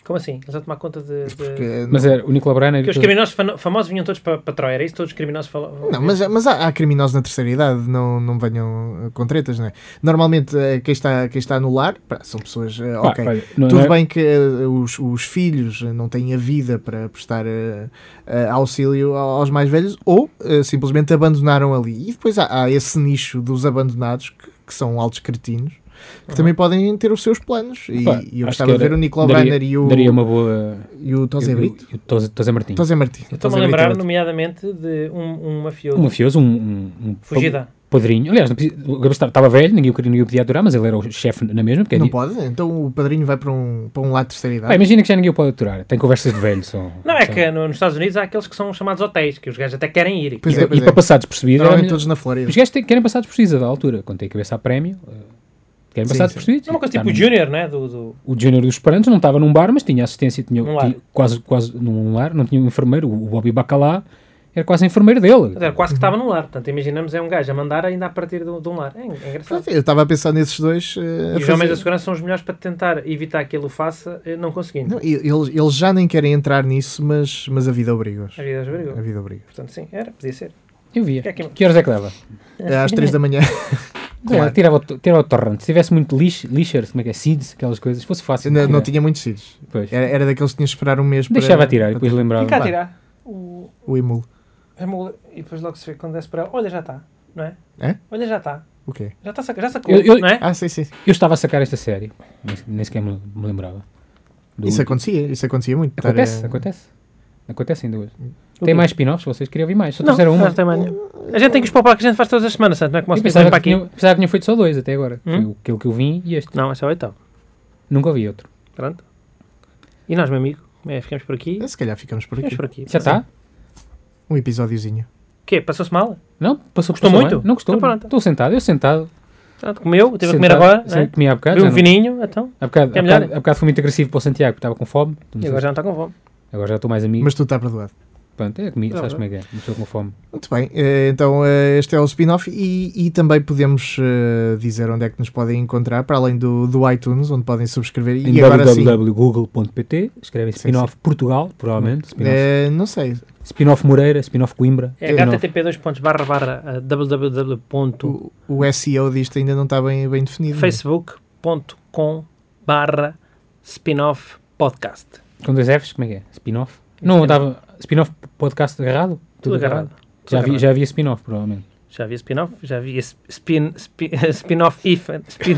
Speaker 4: Como assim? Eles a tomar conta de. de-
Speaker 3: Porque, eh,
Speaker 5: Mas era o Nicolau Brainer.
Speaker 4: Porque os criminosos fano- famosos vinham todos para, para Troia, era isso? Todos os criminosos falavam.
Speaker 3: não, mas, mas há, há criminosos na terceira idade, não, não venham eh, com tretas, não é? Normalmente, eh, quem, está, quem está no lar pá, são pessoas. eh,
Speaker 5: Pá,
Speaker 3: ok.
Speaker 5: pá, não- é-
Speaker 3: Tudo
Speaker 5: não-
Speaker 3: bem que eh, os, os filhos não têm a vida para prestar eh, eh, auxílio ao- aos mais velhos ou eh, simplesmente abandonaram ali. E depois há, há esse nicho dos abandonados que, que são altos cretinos que também podem ter os seus planos. E,
Speaker 5: Pá,
Speaker 3: e eu
Speaker 5: acho
Speaker 3: gostava
Speaker 5: que
Speaker 3: de ver
Speaker 5: era-
Speaker 3: o Nicolau
Speaker 5: daria-
Speaker 3: Brainer e o,
Speaker 5: Daria uma boa.
Speaker 3: e o Tosé
Speaker 5: Eu- eu-
Speaker 3: Brito.
Speaker 5: eu- Tose- Tose Martins.
Speaker 3: Tosé Martins.
Speaker 4: Eu Estou-me a lembrar, nomeadamente, de um, um mafioso
Speaker 5: Um mafioso, um, um, um
Speaker 4: fugida.
Speaker 5: Padrinho, aliás, não precisa- o Gabriel estava velho, ninguém o queria, ninguém o podia adorar, mas ele era o chefe na mesma. Porque é
Speaker 3: Não
Speaker 5: di-
Speaker 3: pode? Então o padrinho vai para um, para um lado de terceira idade.
Speaker 5: Pá, imagina que já ninguém o pode aturar. Tem conversas de velho. São,
Speaker 4: Não, é
Speaker 5: são-
Speaker 4: que no- nos Estados Unidos há aqueles que são chamados hotéis, que os gajos até querem ir.
Speaker 3: Pois
Speaker 5: e
Speaker 3: é,
Speaker 5: pa-
Speaker 3: pois
Speaker 5: e
Speaker 3: é.
Speaker 5: para passar despercebido, era
Speaker 3: Normalmente
Speaker 5: melhor-
Speaker 3: todos na Flórida.
Speaker 5: os gajos têm- querem passar despercebido da altura. Quando tem a cabeça a prémio, eh, querem passar
Speaker 3: sim.
Speaker 5: despercebido.
Speaker 4: É uma coisa
Speaker 5: Está
Speaker 4: tipo o
Speaker 5: num-
Speaker 4: Junior, né? Do, do...
Speaker 5: O Júnior dos Esperantes não estava num bar, mas tinha assistência, tinha,
Speaker 4: Num lar.
Speaker 5: tinha quase, quase num lar, não tinha um enfermeiro. O Bobby Bacalá era quase enfermeiro dele.
Speaker 4: Era quase que estava num lar. Portanto, imaginamos é um gajo a mandar ainda a partir de um de um lar. É, é engraçado.
Speaker 3: Pronto, Eu estava a pensar nesses dois. eh, a
Speaker 4: E os homens da
Speaker 3: fazer-
Speaker 4: segurança são os melhores para tentar evitar que ele o faça, eh, não conseguindo.
Speaker 3: Não, e- eles, eles já nem querem entrar nisso, mas, mas a vida obriga-os.
Speaker 4: A
Speaker 5: É.
Speaker 4: vida os
Speaker 3: A
Speaker 4: obrigou.
Speaker 3: vida obriga.
Speaker 4: Portanto, sim, era, podia ser.
Speaker 5: Eu via.
Speaker 4: Que é que-
Speaker 5: Que horas é que leva?
Speaker 3: Às 3 da
Speaker 5: (laughs)
Speaker 3: manhã. Claro.
Speaker 5: É, tirava, o to- tirava o torrent. Se tivesse muito lixo, lixers, como é que é? Seeds, aquelas coisas, fosse fácil.
Speaker 3: não, não
Speaker 5: tirar.
Speaker 3: tinha muitos sítios.
Speaker 5: É. Pois.
Speaker 3: Era, era daqueles que tinhas de esperar um mês para-
Speaker 5: Deixava tirar e
Speaker 3: para
Speaker 5: depois lembrava.
Speaker 4: Fica a
Speaker 5: pá,
Speaker 4: tirar o,
Speaker 3: O emul.
Speaker 4: a mula e depois logo se vê quando desce para ela. Olha, já está, não é?
Speaker 3: É?
Speaker 4: Olha, já está.
Speaker 3: O quê?
Speaker 4: Já, tá, sac- já sacou,
Speaker 5: Eu- eu-
Speaker 4: não é?
Speaker 3: Ah, sim, sim.
Speaker 5: Eu estava a sacar esta série, nem, nem sequer me, me lembrava. Do-
Speaker 3: Isso acontecia. Isso acontecia muito. Estar,
Speaker 5: acontece,
Speaker 3: eh,
Speaker 5: acontece. Acontece ainda hoje.
Speaker 3: Hum.
Speaker 4: O quê?
Speaker 5: Tem mais spin-offs? Vocês queriam ouvir mais? Só
Speaker 4: Não,
Speaker 5: trouxeram uma.
Speaker 4: não tem mais nenhum. A gente tem que os poupar que a gente faz todas as semanas, Santo, não é como
Speaker 5: um. Eu
Speaker 4: se pensava
Speaker 5: pensava,
Speaker 4: para
Speaker 5: que
Speaker 4: aqui.
Speaker 5: tinham, pensava que tinham feito só dois até agora. Foi
Speaker 4: Hum?
Speaker 5: o- aquele que eu vim e este.
Speaker 4: Não, esse é o oitavo.
Speaker 5: Nunca ouvi outro.
Speaker 4: Pronto. E nós, meu amigo, é, ficamos por aqui.
Speaker 3: Ah, Se calhar ficamos por
Speaker 4: Ficamos
Speaker 3: aqui.
Speaker 4: por aqui.
Speaker 5: Já tá? está?
Speaker 3: Um episódiozinho.
Speaker 4: O quê? Passou-se mal?
Speaker 5: Não? Passou
Speaker 4: Gostou
Speaker 5: passou
Speaker 4: muito?
Speaker 5: bem? Não gostou?
Speaker 4: Então pronto.
Speaker 5: Estou sentado, eu sentado.
Speaker 4: Pronto, comeu, teve a
Speaker 5: sentado,
Speaker 4: comer agora,
Speaker 5: Sim,
Speaker 4: né?
Speaker 5: comi há bocado.
Speaker 4: Bebeu
Speaker 5: já
Speaker 4: um
Speaker 5: não-
Speaker 4: vininho, então.
Speaker 5: Há bocado,
Speaker 4: É
Speaker 5: há
Speaker 4: melhor,
Speaker 5: bocado, há bocado fui muito agressivo para o Santiago, porque estava com fome. Não
Speaker 4: E
Speaker 5: sei
Speaker 4: agora
Speaker 5: se-
Speaker 4: já não está com fome.
Speaker 5: agora já estou mais amigo.
Speaker 3: Mas tu está perdoado.
Speaker 5: Pronto, é comigo,
Speaker 4: Tá
Speaker 5: sabes
Speaker 4: bem.
Speaker 5: como é que é? Uma pessoa com fome.
Speaker 3: Muito bem, eh, então eh, este é o spin-off e, e também podemos eh, dizer onde é que nos podem encontrar, para além do, do iTunes, onde podem subscrever.
Speaker 5: Em
Speaker 3: e agora sim,
Speaker 5: www.google.pt escrevem
Speaker 3: Sim,
Speaker 5: spin-off Portugal, provavelmente. Spin-off
Speaker 3: eh, não sei,
Speaker 5: Spin-off Moreira, spin-off Coimbra.
Speaker 4: É
Speaker 5: spin-off-
Speaker 4: http dois pontos barra barra eh, www.facebook.com
Speaker 3: o, o SEO disto ainda não está bem, bem definido.
Speaker 4: barra spin-off podcast.
Speaker 5: Com dois Fs, como é que é? Spin-off? Não, estava. Spin-off podcast agarrado?
Speaker 4: Tudo agarrado. Tudo
Speaker 5: Já,
Speaker 4: agarrado.
Speaker 5: havia já havia spin-off, provavelmente.
Speaker 4: Já havia spin-off, já havia spin- spin- (laughs) spin-off spin, spin,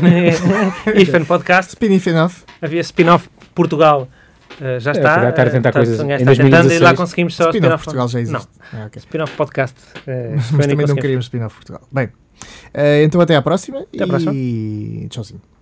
Speaker 4: (laughs) Ifen podcast,
Speaker 3: Spin-off off
Speaker 4: havia spin-off Portugal, eh, já está.
Speaker 5: É, Portugal está a
Speaker 4: eh,
Speaker 5: tentar
Speaker 4: está-
Speaker 5: coisas.
Speaker 4: um gajo
Speaker 5: Em
Speaker 4: está tentando e lá
Speaker 5: 2016,
Speaker 4: conseguimos só
Speaker 3: spin-off
Speaker 4: spin-off
Speaker 3: Portugal já
Speaker 4: Não,
Speaker 3: existe. Ah, ok.
Speaker 4: spin-off podcast. eh, foi o
Speaker 3: Mas
Speaker 4: único
Speaker 3: também não
Speaker 4: que conseguimos.
Speaker 3: queríamos spin-off Portugal. Bem, eh, então até à próxima
Speaker 4: Até à próxima.
Speaker 3: e tchauzinho.